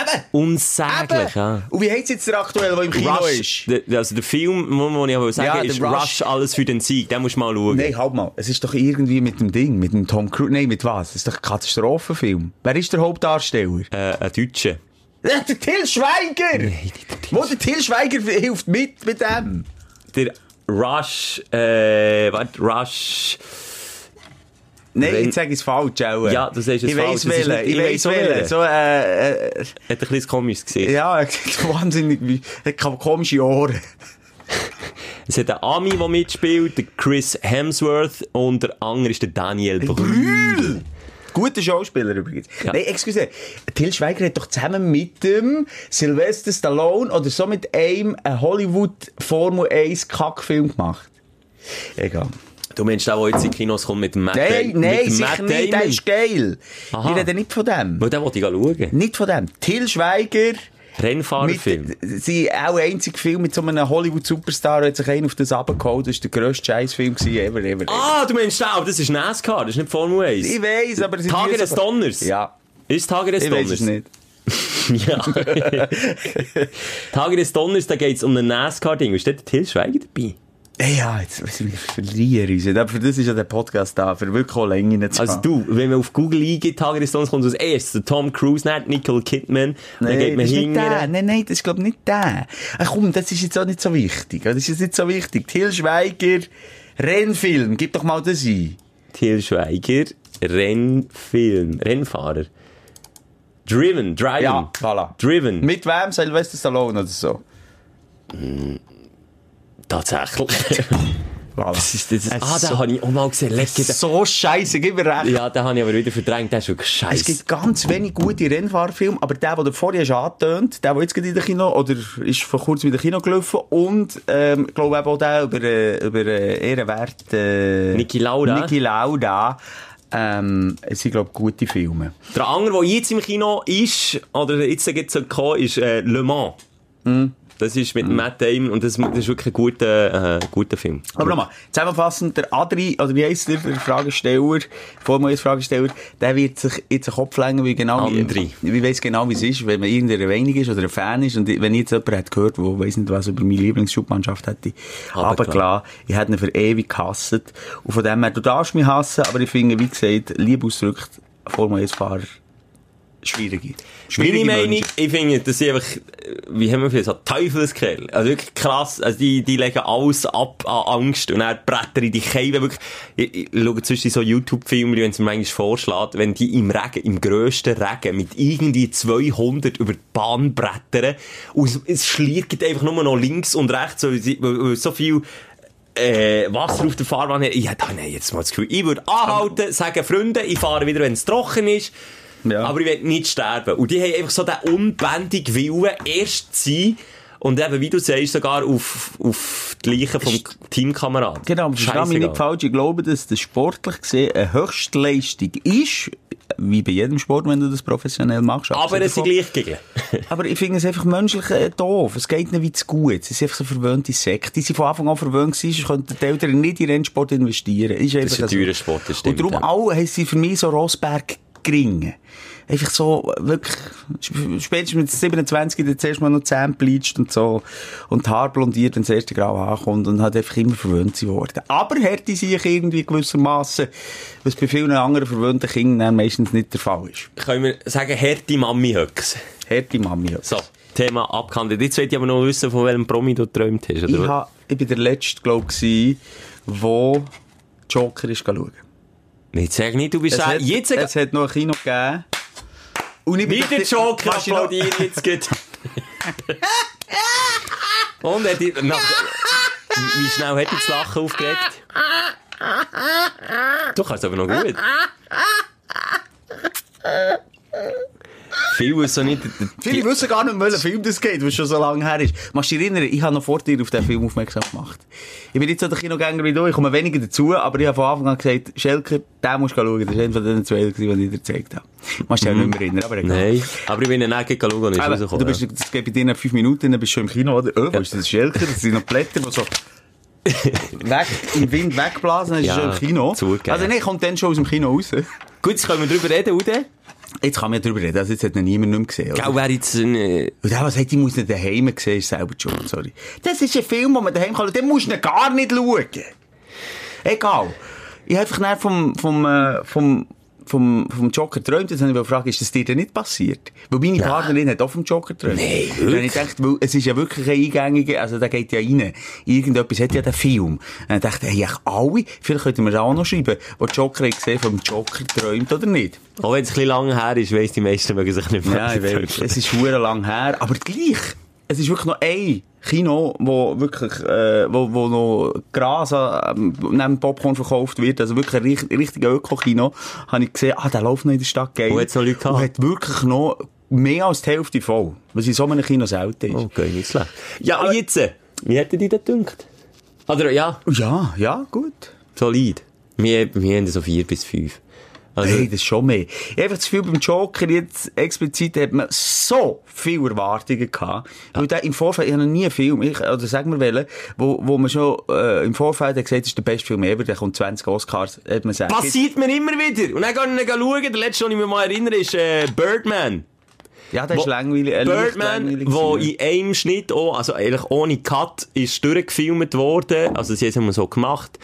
S4: Eben!
S3: Unsäglich, ja.
S4: Und wie heisst jetzt der aktuell, der im Kino
S3: Rush,
S4: ist?
S3: der, also der Film, muss man ja wohl sagen,
S4: Ja, der
S3: ist
S4: Rush.
S3: Rush. alles für den Sieg. Den musst du mal schauen.
S4: Nein, halt mal. Es ist doch irgendwie mit dem Ding, mit dem Tom Cruise. Nein, mit was? Das ist doch ein Katastrophenfilm. Wer ist der Hauptdarsteller?
S3: Äh, ein Deutscher.
S4: Ja, der Till Schweiger!
S3: nicht der Till
S4: Wo der Till Schweiger hilft mit, mit dem?
S3: Der Rush, äh, warte, Rush.
S4: Nein,
S3: Wenn-
S4: jetzt sage ich es falsch, Aue.
S3: Ja, du sagst es
S4: ich
S3: falsch. Das
S4: Weiss
S3: ist
S4: welchen,
S3: nicht-
S4: ich weiss welchen. So, äh, äh,
S3: Hat ein bisschen komisches Gesicht.
S4: ja, wahnsinnig, wie- hat komische Ohren.
S3: Es hat einen Ami, der mitspielt, der Chris Hemsworth und der andere ist der Daniel Brühl.
S4: Guter Schauspieler übrigens.
S3: Ja.
S4: Nein, excuse. Till Schweiger hat doch zusammen mit dem Sylvester Stallone oder so mit einem einen Hollywood Formel 1 Kackfilm gemacht. Egal.
S3: Du meinst den, der jetzt in die Kinos kommt mit dem Matt
S4: Nein,
S3: Da- mit
S4: nein,
S3: dem
S4: sicher
S3: Matt
S4: nicht. Der
S3: Damon?
S4: ist geil.
S3: Aha.
S4: Wir reden nicht von dem.
S3: Weil den wollte ich schauen.
S4: Nicht von dem. Till Schweiger mit
S3: Rennfahrerfilm.
S4: sie auch einzig Film mit so einem Hollywood Superstar hat sich einen auf das abgeholt. Das war der grösste Scheißfilm gewesen ever ever. ever.
S3: Ah, du meinst den, aber das ist E NASCAR, das ist nicht Formel 1.
S4: Ich weiß, aber es ist
S3: Tage
S4: nie so-
S3: des Donners.
S4: Ja,
S3: Ist Tage des
S4: ich weiß es
S3: Donners?
S4: nicht.
S3: Ja. Tage des Donners, da geht's um ein NASCAR-Ding. Ist dort der Till Schweiger dabei?
S4: Ey, Ja, jetzt weiss ich, wir verlieren uns. Aber für das ist ja der Podcast da, für wirklich auch Längen zu
S3: Also
S4: haben.
S3: du, wenn man auf Google eingeht, Tage des Donners kommt als erstes Tom Cruise, nicht Nicole Kidman. Dann
S4: Nein,
S3: geht man
S4: das ist nicht der.
S3: hinterher.
S4: Nein, nein, das ist glaube ich nicht der. Ach komm, das ist jetzt auch nicht so wichtig. Das ist jetzt nicht so wichtig. Till Schweiger, Rennfilm, gib doch mal das ein.
S3: Till Schweiger, Rennfilm, Rennfahrer. Driven, Driving.
S4: Ja, voilà.
S3: Driven.
S4: Mit wem? Sylvester Stallone oder so.
S3: Tatsächlich.
S4: Voilà.
S3: Das ist, das ist,
S4: Es
S3: ah,
S4: ist
S3: den
S4: so,
S3: habe ich auch mal gesehen. Leck, den-
S4: so scheiße, gib mir recht.
S3: Ja, den habe ich aber wieder verdrängt. Der ist wirklich
S4: Es
S3: scheiße.
S4: gibt ganz wenig gute Rennfahrfilme, aber der, den du vorher schon angetönt, der, der jetzt gerade in den Kino, oder ist vor kurzem in den Kino gelaufen, und, ähm, ich glaube eben auch der über, äh, über äh, Ehrenwert, äh,
S3: Niki Lauda.
S4: Niki Lauda, ähm, es sind, glaube ich, gute Filme.
S3: Der andere, der jetzt im Kino ist, oder jetzt gibt es kommen, ist äh, Le Mans. Das ist mit Matt Damon und das, das ist wirklich ein guter, äh, guter Film.
S4: Aber nochmal, zusammenfassend, der Adri, oder wie heisst der, der Fragesteller, Formel-1-Fragesteller, der wird sich jetzt den Kopf lenken, weil genau,
S3: Andri.
S4: Ich, ich weiss genau, wie es ist, wenn man irgendeiner Meinung ist oder ein Fan ist, und wenn jetzt jemand hat gehört, der weiss nicht was über meine Lieblingsschubmannschaft hätte, aber
S3: Runtergelassen.
S4: klar, ich hätte ihn für ewig gehasst, und von dem her, du darfst mich hassen, aber ich finde, wie gesagt, lieb ausgedrückt, Formel-1-Fahrer, schwierige.
S3: Meine Meinung,
S4: Menschen.
S3: ich finde, das sind einfach, äh, wie haben wir für so Teufelskerl. Also wirklich krass, also die, die legen alles ab an Angst und dann brettern in die Kälte. Wirklich, ich, ich schaue zwischen so YouTube-Filme, wenn es mir manchmal vorschlägt, wenn die im Regen, im grössten Regen, mit irgendwie 200 über die Bahn brettern und es- es schlirrt einfach nur noch links und rechts, weil, sie- weil, weil so viel äh, Wasser auf der Fahrbahn her. Ich hätte ah, nein, jetzt mal das Gefühl, ich würde anhalten, sagen, Freunde, ich fahre wieder, wenn es trocken ist.
S4: Ja.
S3: Aber ich will nicht sterben. Und die haben einfach so den unbändigen Willen, erst zu sein Und eben, wie du sagst, sogar auf, auf die Leiche vom Teamkameraden.
S4: Genau, verstehe mich nicht falsch. Ich glaube, dass das sportlich gesehen eine Höchstleistung ist, wie bei jedem Sport, wenn du das professionell machst.
S3: Aber es sind gleich Gegner.
S4: Aber ich finde es einfach menschlich äh, doof. Es geht nicht wie zu gut. Sie sind einfach so verwöhnte Sekte. Die sind von Anfang an verwöhnt gewesen, sonst könnten die Eltern nicht in Rennsport investieren.
S3: Das ist
S4: Ist
S3: ein
S4: einfach so.
S3: teurer Sport, das
S4: Und
S3: stimmt.
S4: darum
S3: ja.
S4: alle haben sie für mich so Rosberg geringen. Einfach so, äh, wirklich, sp- spätestens mit 27, dann zuerst mal noch Zähne pleitscht und so. Und die Haare blondiert, wenn das erste Grau ankommt. Und hat einfach immer verwöhnt sie worden. Aber härte sich irgendwie gewissermaßen, was bei vielen anderen verwöhnten Kindern dann meistens nicht der Fall ist.
S3: Können wir sagen, harte Mami-Höchse.
S4: Härte Mami. also.
S3: So, Thema abgehandelt. Jetzt wollte ich aber noch wissen, von welchem Promi du geträumt hast.
S4: Ich,
S3: Oder?
S4: ha, ich bin der Letzte, glaube ich, wo Joker ist schauen.
S3: Jetzt sag nicht, du bist
S4: Es,
S3: auch...
S4: hat,
S3: Jetzt...
S4: es hat noch ein Kino gegeben. Und ich bin
S3: Wieder Joker
S4: Kannst du noch-
S3: applaudieren, jetzt geht. Und er die, nach, wie nou schnell hat er das Lachen aufgeregt? Du kannst aber noch gut. Viel wissen nicht.
S4: Viele wissen gar nicht, um welchen Film das geht, weil es schon so lange her ist. Machst du dich erinnern, ich habe noch vor dir auf diesen Film aufmerksam gemacht. Ich bin jetzt so der Kinogänger wie du, ich komme weniger dazu, aber ich habe von Anfang an gesagt, Schelker, den musst du schauen, das war einer von den zwei, die ich dir gezeigt habe. Machst du dich auch nicht mehr erinnern, aber egal.
S3: Mhm. Nein, aber ich bin in Ecke schauen und ist
S4: Aber
S3: rausgekommen.
S4: du bist, das geht bei dir nach fünf Minuten, dann bist du schon im Kino, oder? Oh, wo ist das Schelker? Das sind noch Blätter, die so weg, im Wind wegblasen, dann ist
S3: Ja,
S4: ja, schon im Kino.
S3: zugegeben.
S4: Also nein, kommt dann schon aus dem Kino raus.
S3: ja. Gut, jetzt können wir drüber reden, Ude.
S4: Jetzt kann man ja drüber reden, also jetzt hat noch niemand nicht mehr gesehen. oder?
S3: Gell, wäre jetzt ein, äh,
S4: Und der, was sagt, ich muss nicht daheim sehen, ist selber schon, sorry. Das ist ein Film, den man daheim kann schauen. Den musst du ihn gar nicht schauen. Egal. Ich habe einfach nachher vom, vom, äh, vom, vom, vom Joker geträumt. Jetzt habe ich mich gefragt, ist das dir denn nicht passiert? Weil meine Partnerin hat auch vom Joker geträumt.
S3: Nein,
S4: Und dann habe ich gedacht, weil es ist ja wirklich ein eingängiger, also der geht ja rein. Irgendetwas hat ja der Film. Und dann dachte ich, hey, echt alle, vielleicht könnten wir es auch noch schreiben, wo Joker hat gesehen, vom Joker träumt oder nicht.
S3: auch wenn es ein bisschen lang her ist, weiss die meisten mögen sich nicht
S4: Ja, ich weiß. Es ist hure lang her, aber gleich. Es ist wirklich noch ein Kino, wo wirklich, äh, wo, wo noch Gras ähm, neben Popcorn verkauft wird, also wirklich ein richt- richtiger Öko-Kino, habe ich gesehen, ah, der läuft noch in der Stadt, geil.
S3: Wo hat's noch Leute gehabt?
S4: Und hat wirklich noch mehr als die Hälfte voll, was in so einem Kino selten ist.
S3: Okay, nicht schlecht. Ja, und jetzt, äh, wie hätte dich das gedacht? Oder, ja,
S4: Ja, ja, gut.
S3: solid. Wir, wir haben so vier bis fünf. Also,
S4: Hey, das ist schon mehr. Ich hab Einfach das Gefühl, beim Joker jetzt explizit hat man so viele Erwartungen gehabt. Weil der im Vorfeld, ich habe noch nie einen Film, ich, oder sagen wir welchen, wo, wo man schon äh, im Vorfeld hat gesagt, das ist der beste Film ever, der kommt 20 Oscars, hat man gesagt.
S3: passiert mir immer wieder. Und dann kann ich ihn schauen. Der letzte, den ich mir mal erinnere, ist äh, Birdman.
S4: Ja, der ist
S3: Wo-
S4: langweilig. äh, leicht
S3: Birdman,
S4: langweilig
S3: wo
S4: gewesen.
S3: in einem Schnitt, auch, also eigentlich ohne Cut, ist durchgefilmt worden. Also sie haben es so gemacht.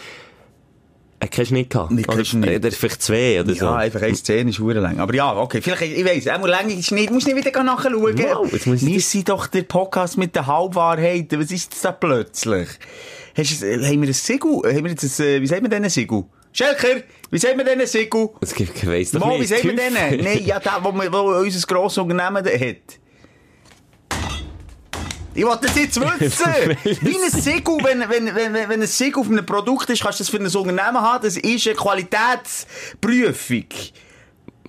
S3: Er hat keinen Schnitt gehabt.
S4: Nicht
S3: oder,
S4: keinen Schnitt.
S3: oder vielleicht zwei oder so.
S4: Ja, einfach eine Szene ist hure lang. Aber ja, okay, vielleicht, ich weiss, er muss lange Schnitt, musst nicht wieder nachschauen.
S3: Wow, jetzt muss ich-
S4: wir sind doch der Podcast mit den Halbwahrheiten, was ist das da plötzlich? Hast du, haben wir ein Sigel? Haben wir jetzt ein, äh, wie sagt man denn ein Sigel? Schelker, wie sagt man denn ein Sigel?
S3: Es gibt, ich weiss doch
S4: Mo,
S3: nicht.
S4: wie sagt man denn?
S3: Tüff.
S4: Nein, ja, der, wo, wir- wo unser grosses Unternehmen da hat. Ich wollte das jetzt wissen! Wie ein Segel, wenn, wenn, wenn, wenn wenn ein Segel auf einem Produkt ist, kannst du das für ein Unternehmen haben. Das ist eine Qualitätsprüfung.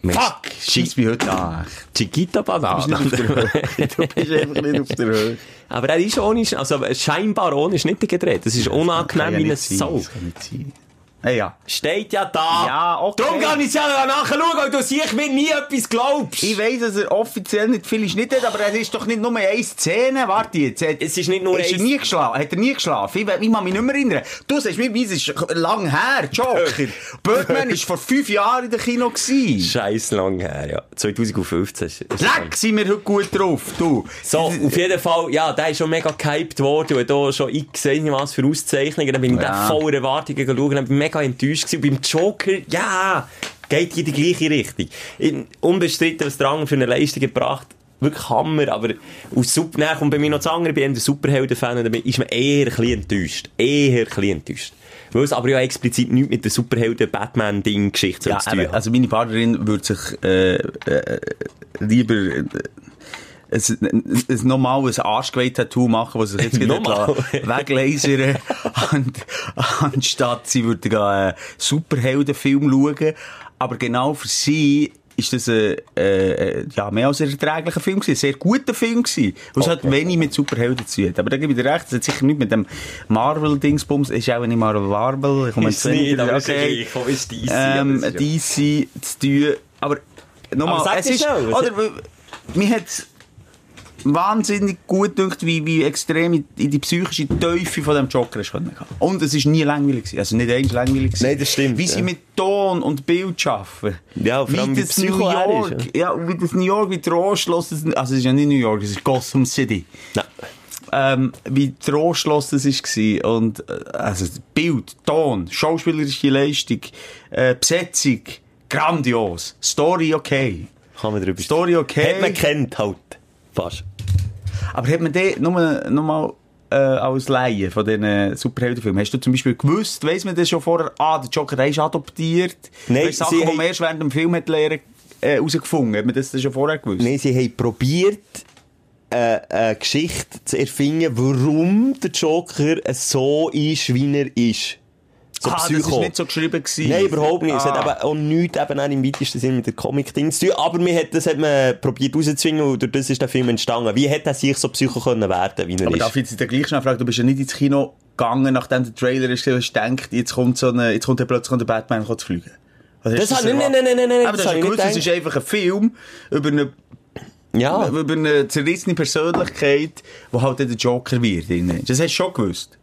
S3: Mensch,
S4: Fuck! Scheiss mich heute nach.
S3: Chiquita
S4: Du bist
S3: Banana.
S4: nicht auf der Höhe. Du bist einfach nicht auf der Höhe.
S3: Aber er ist ohne, Sch- also scheinbar ohne Schnitte gedreht. Das ist unangenehm
S4: Kann ja
S3: wie ein
S4: nicht sein,
S3: Sau.
S4: das kann nicht sein. Hey, Ah, ja.
S3: Steht ja da.
S4: Ja, okay.
S3: Darum kann ich es ja nachschauen, weil du sicher mir nie etwas glaubst.
S4: Ich weiss, dass er offiziell nicht viel Schnitt hat, aber er ist doch nicht nur eine Szene. Warte jetzt. Er hat-
S3: Es ist nicht nur
S4: ist er
S3: eine-
S4: nie geschlafen? Hat er nie geschlafen? Ich, we- ich kann mich nicht mehr erinnern. Du sagst mir, meins ist lang her, Joker. Birdman war vor fünf Jahren in der Kino. gewesen.
S3: Scheiß lang her, ja. 2015. ist- ist lang.
S4: Leck, sind wir heute gut drauf, du.
S3: So, auf jeden Fall, ja, der ist schon mega gehypt worden und da schon x gesehen, was für Auszeichnungen. Dann bin ich da
S4: Ja.
S3: voller Erwartungen geschaut und bin mega enttäuscht gewesen. Beim Joker, ja, geht in die gleiche Richtung. In, unbestritten, was Drang für eine Leistung gebracht. Wirklich Hammer, aber aus Super, dann kommt bei mir noch das andere, ich bin eher der Superhelden-Fan und dann bin- ist man eher ein bisschen enttäuscht. Eher ein bisschen enttäuscht. Weil es aber ja explizit nichts mit der Superhelden-Batman-Ding-Geschichte
S4: Ja,
S3: zu tun
S4: eben,
S3: hat.
S4: also meine Partnerin würde sich äh, äh, lieber äh, ein, ein, ein normales Arschgeweih-Tattoo machen, was sich jetzt wieder
S3: Nochmal?
S4: lässt weglasern und, eh, anstatt sie würde einen Superheldenfilm schauen. Aber genau für sie ist das ein, äh, äh, ja, mehr als ein erträglicher Film gewesen. Ein sehr guter Film gewesen. Und es hat wenig mit Superhelden zu tun. Aber da gebe ich dir recht, es hat sicher nicht mit dem Marvel-Dingsbums, ist auch nicht Marvel-Marvel, ich komme
S3: Ist
S4: jetzt
S3: nicht,
S4: wieder-
S3: aber ist gleich. Komm, ist DC,
S4: Ähm,
S3: aber das
S4: DC zu tun. Aber,
S3: Aber
S4: nochmal,
S3: sag
S4: es
S3: mir
S4: ist,
S3: schon, was-
S4: oder, äh, mir hat wahnsinnig gut dünkt, wie, wie extrem in in die psychische Teufel von dem Joker ist können. gehen. Und es ist nie langweilig gewesen. Also nicht eigentlich langweilig gewesen.
S3: Nein, das stimmt,
S4: Wie sie
S3: ja.
S4: mit Ton und Bild arbeiten.
S3: Ja, vor allem, wie
S4: das
S3: Psycho
S4: New
S3: er ist,
S4: York, ja. wie das New York, wie die Rohschloss, das, also es ist ja nicht New York, es ist Gotham City.
S3: Nein.
S4: Ähm, wie die Rohschloss das war und, äh, also Bild, Ton, schauspielerische Leistung, äh, Besetzung, grandios. Story okay.
S3: Kann man drüber
S4: Story okay.
S3: Hat man kennt halt. Fast.
S4: Aber hat man den nur noch mal äh, als Laie von diesen Superheldenfilmen, hast du zum Beispiel gewusst, weiss man das schon vorher, ah, der Joker der ist adoptiert?
S3: Nein,
S4: Weißt,
S3: sie
S4: Sachen, die
S3: haben-
S4: man erst während dem Film hat lernen, äh, herausgefunden. Hat man das schon vorher gewusst?
S3: Nein, sie haben probiert, äh, eine Geschichte zu erfinden, warum der Joker so ist, wie er ist. So
S4: ah, das
S3: Psycho.
S4: war nicht so geschrieben. Gewesen.
S3: Nein, überhaupt nicht. Es
S4: Ah.
S3: hat eben auch nichts eben auch im weitesten Sinne mit der Comic-Ding zu tun. Aber man hat, das hat man probiert rauszuzwingen und durch das ist der Film entstanden. Wie hätte er sich so psycho können werden wie er
S4: Aber
S3: ist?
S4: darf ich jetzt gleich schnell fragen, du bist ja nicht ins Kino gegangen, nachdem der Trailer ist, hast du gedacht, jetzt kommt, so eine, jetzt kommt der plötzlich der Batman kommt zu fliegen. Oder hast
S3: Das
S4: du
S3: hab- nein,
S4: erwartet?
S3: nein, nein, nein, nein, nein,
S4: Aber
S3: das
S4: du hast
S3: hab
S4: ja
S3: ich
S4: gewusst,
S3: nicht
S4: es ist einfach ein Film über eine,
S3: ja.
S4: über eine zerrissene Persönlichkeit, die halt dann der Joker wird. drin. Das hast du schon gewusst.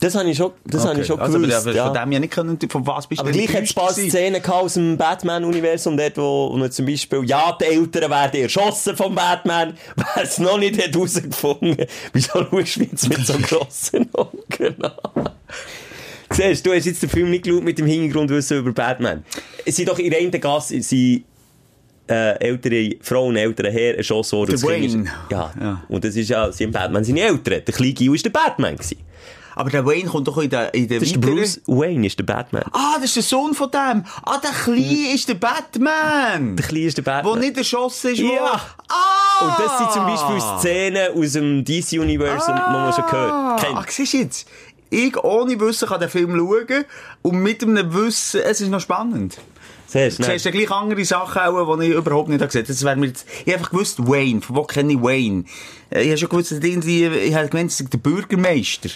S3: Das habe ich schon, das habe ich schon
S4: also,
S3: gewusst.
S4: Aber, aber
S3: ja.
S4: von dem ja nicht können, von was bist
S3: Aber
S4: du
S3: gleich hat es ein paar Szenen gehabt aus dem Batman-Universum, dort, wo, wo man zum Beispiel, ja, die Eltern werden erschossen vom Batman, wer es noch nicht hat herausgefunden, wieso schaust du mich jetzt mit so grossen Augen an? Siehst du, du hast jetzt den Film nicht geschaut mit dem Hintergrundwissen über Batman. Es sind doch in der Gasse sind, äh, ältere Frauen, ältere Herren erschossen worden.
S4: Der
S3: Das Kind ist-
S4: Wayne.
S3: Ja.
S4: Ja.
S3: Und das ist ja, sie haben Batman seine Eltern. Der kleine Gil war der Batman. Gewesen.
S4: Aber der Wayne kommt doch in den, in den
S3: Das ist der
S4: weiteren-
S3: Bruce Wayne, ist der Batman.
S4: Ah, das ist der Sohn von dem. Ah, der
S3: Mm.
S4: Kleine ist der Batman.
S3: Der kleine ist der Batman.
S4: Wo nicht erschossen ist.
S3: Ja. Oh,
S4: worden. Ah!
S3: Und das sind zum Beispiel Szenen aus dem DC-Universum, die man schon gehört
S4: Ah,
S3: kennt.
S4: siehst du jetzt? Ich ohne Wissen kann den Film schauen und mit einem Wissen, es ist noch spannend.
S3: Siehst du,
S4: Du
S3: ne?
S4: siehst ja gleich andere Sachen, auch, die ich überhaupt nicht gesehen habe. Das wäre mir jetzt, ich habe einfach gewusst, Wayne, von wo kenne ich Wayne? Äh, Ich habe schon gewusst, dass irgendwie, ich habe gemeint, es sei der Bürgermeister.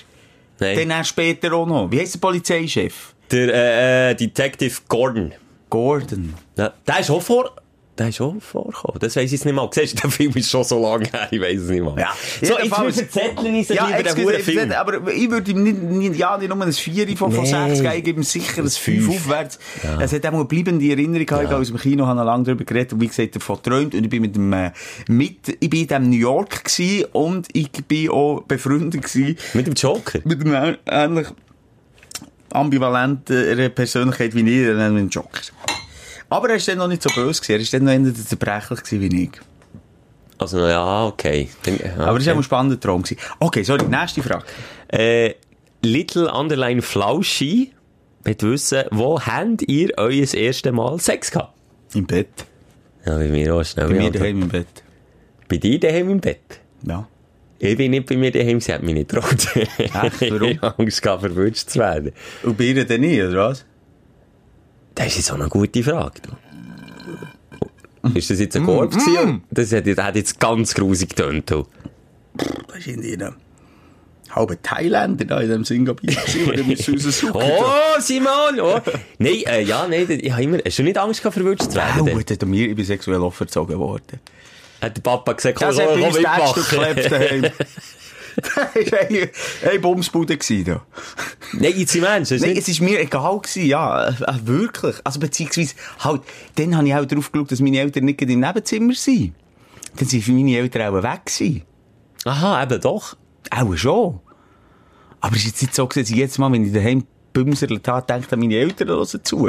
S4: Den
S3: Nein.
S4: er später auch noch. Wie heisst der Polizeichef?
S3: Der äh, äh, Detective Gordon.
S4: Gordon.
S3: Ja, der ist auch vor... Der ist auch vorgekommen. Das weiss ich jetzt nicht mal. Siehst du, der Film ist schon so lange her, ich weiss es nicht mal.
S4: Ja.
S3: So, jetzt
S4: Jedenfalls-
S3: verzetteln ich es
S4: Ja,
S3: lieber den verdammten
S4: excuse, excuse,
S3: Film.
S4: aber ich würde ihm nicht, nicht, ja, nicht nur ein 4 von, von
S3: Nee.
S4: 6 geben, ich gebe ihm sicher ein 5
S3: Fünf.
S4: aufwärts. Es hat auch mal eine bleibende Erinnerung gehabt, ich habe aus dem Kino habe lange darüber geredet und wie gesagt, davon geträumt und ich bin mit dem, äh, mit, ich bin in dem New York gsi und ich bin auch befreundet gsi
S3: Mit dem Joker.
S4: mit einer ähnlich ambivalenteren Persönlichkeit wie ich, dann nennen wir ihn Joker. Aber er war dann noch nicht so böse, gewesen, er war dann noch eher zerbrechlich gewesen wie ich.
S3: Also, ja, okay. Dann-
S4: Aber das war auch
S3: okay.
S4: ein spannender Traum. gewesen. Okay, sorry, nächste Frage.
S3: Äh, Little Underline Flauschi wird wissen, wo habt ihr euer erstes Mal Sex gehabt?
S4: Im Bett.
S3: Ja, bei mir auch schnell.
S4: Bei mir
S3: Ja,
S4: daheim im Bett.
S3: Bei dir daheim im Bett?
S4: Ja.
S3: Ich bin nicht bei mir daheim, sie hat mich nicht getraut.
S4: Warum?
S3: ich hab Angst gehabt, verwünscht zu werden.
S4: Und bei ihr dann nie, oder was?
S3: Das ist jetzt auch eine gute Frage. Du.
S4: Mm.
S3: Ist das jetzt ein Korb gewesen? Das hat, das hat jetzt ganz grusig getönt. du.
S4: Wahrscheinlich in einem halben Thailänder da in dem Singapur. Oder mit Susan
S3: Oh, Simon! Oh. nein, äh, ja, nein, das- ich hab immer, hast du nicht Angst gehabt, verwünscht zu werden?
S4: Au, hat er mir, ich bin sexuell aufgezogen worden.
S3: Hat der Papa gesagt, komm,
S4: Das
S3: komm,
S4: hat bei
S3: komm,
S4: uns die Ärzte
S3: mitmachen.
S4: geklebt daheim. Das war eine, eine Bumsbude. gewesen da.
S3: Nein, jetzt im Ernst, das ist
S4: Nein,
S3: nicht...
S4: es war mir egal, gewesen, ja. äh, äh, Wirklich. Also, beziehungsweise, halt, dann habe ich auch darauf geschaut, dass meine Eltern nicht gerade im Nebenzimmer sind. Dann sind meine Eltern auch weg gewesen.
S3: Aha, eben doch.
S4: Auch schon. Aber es ist jetzt nicht so, gewesen, dass ich jetzt mal, wenn ich daheim bümserle tat, denke an meine Eltern hören zu.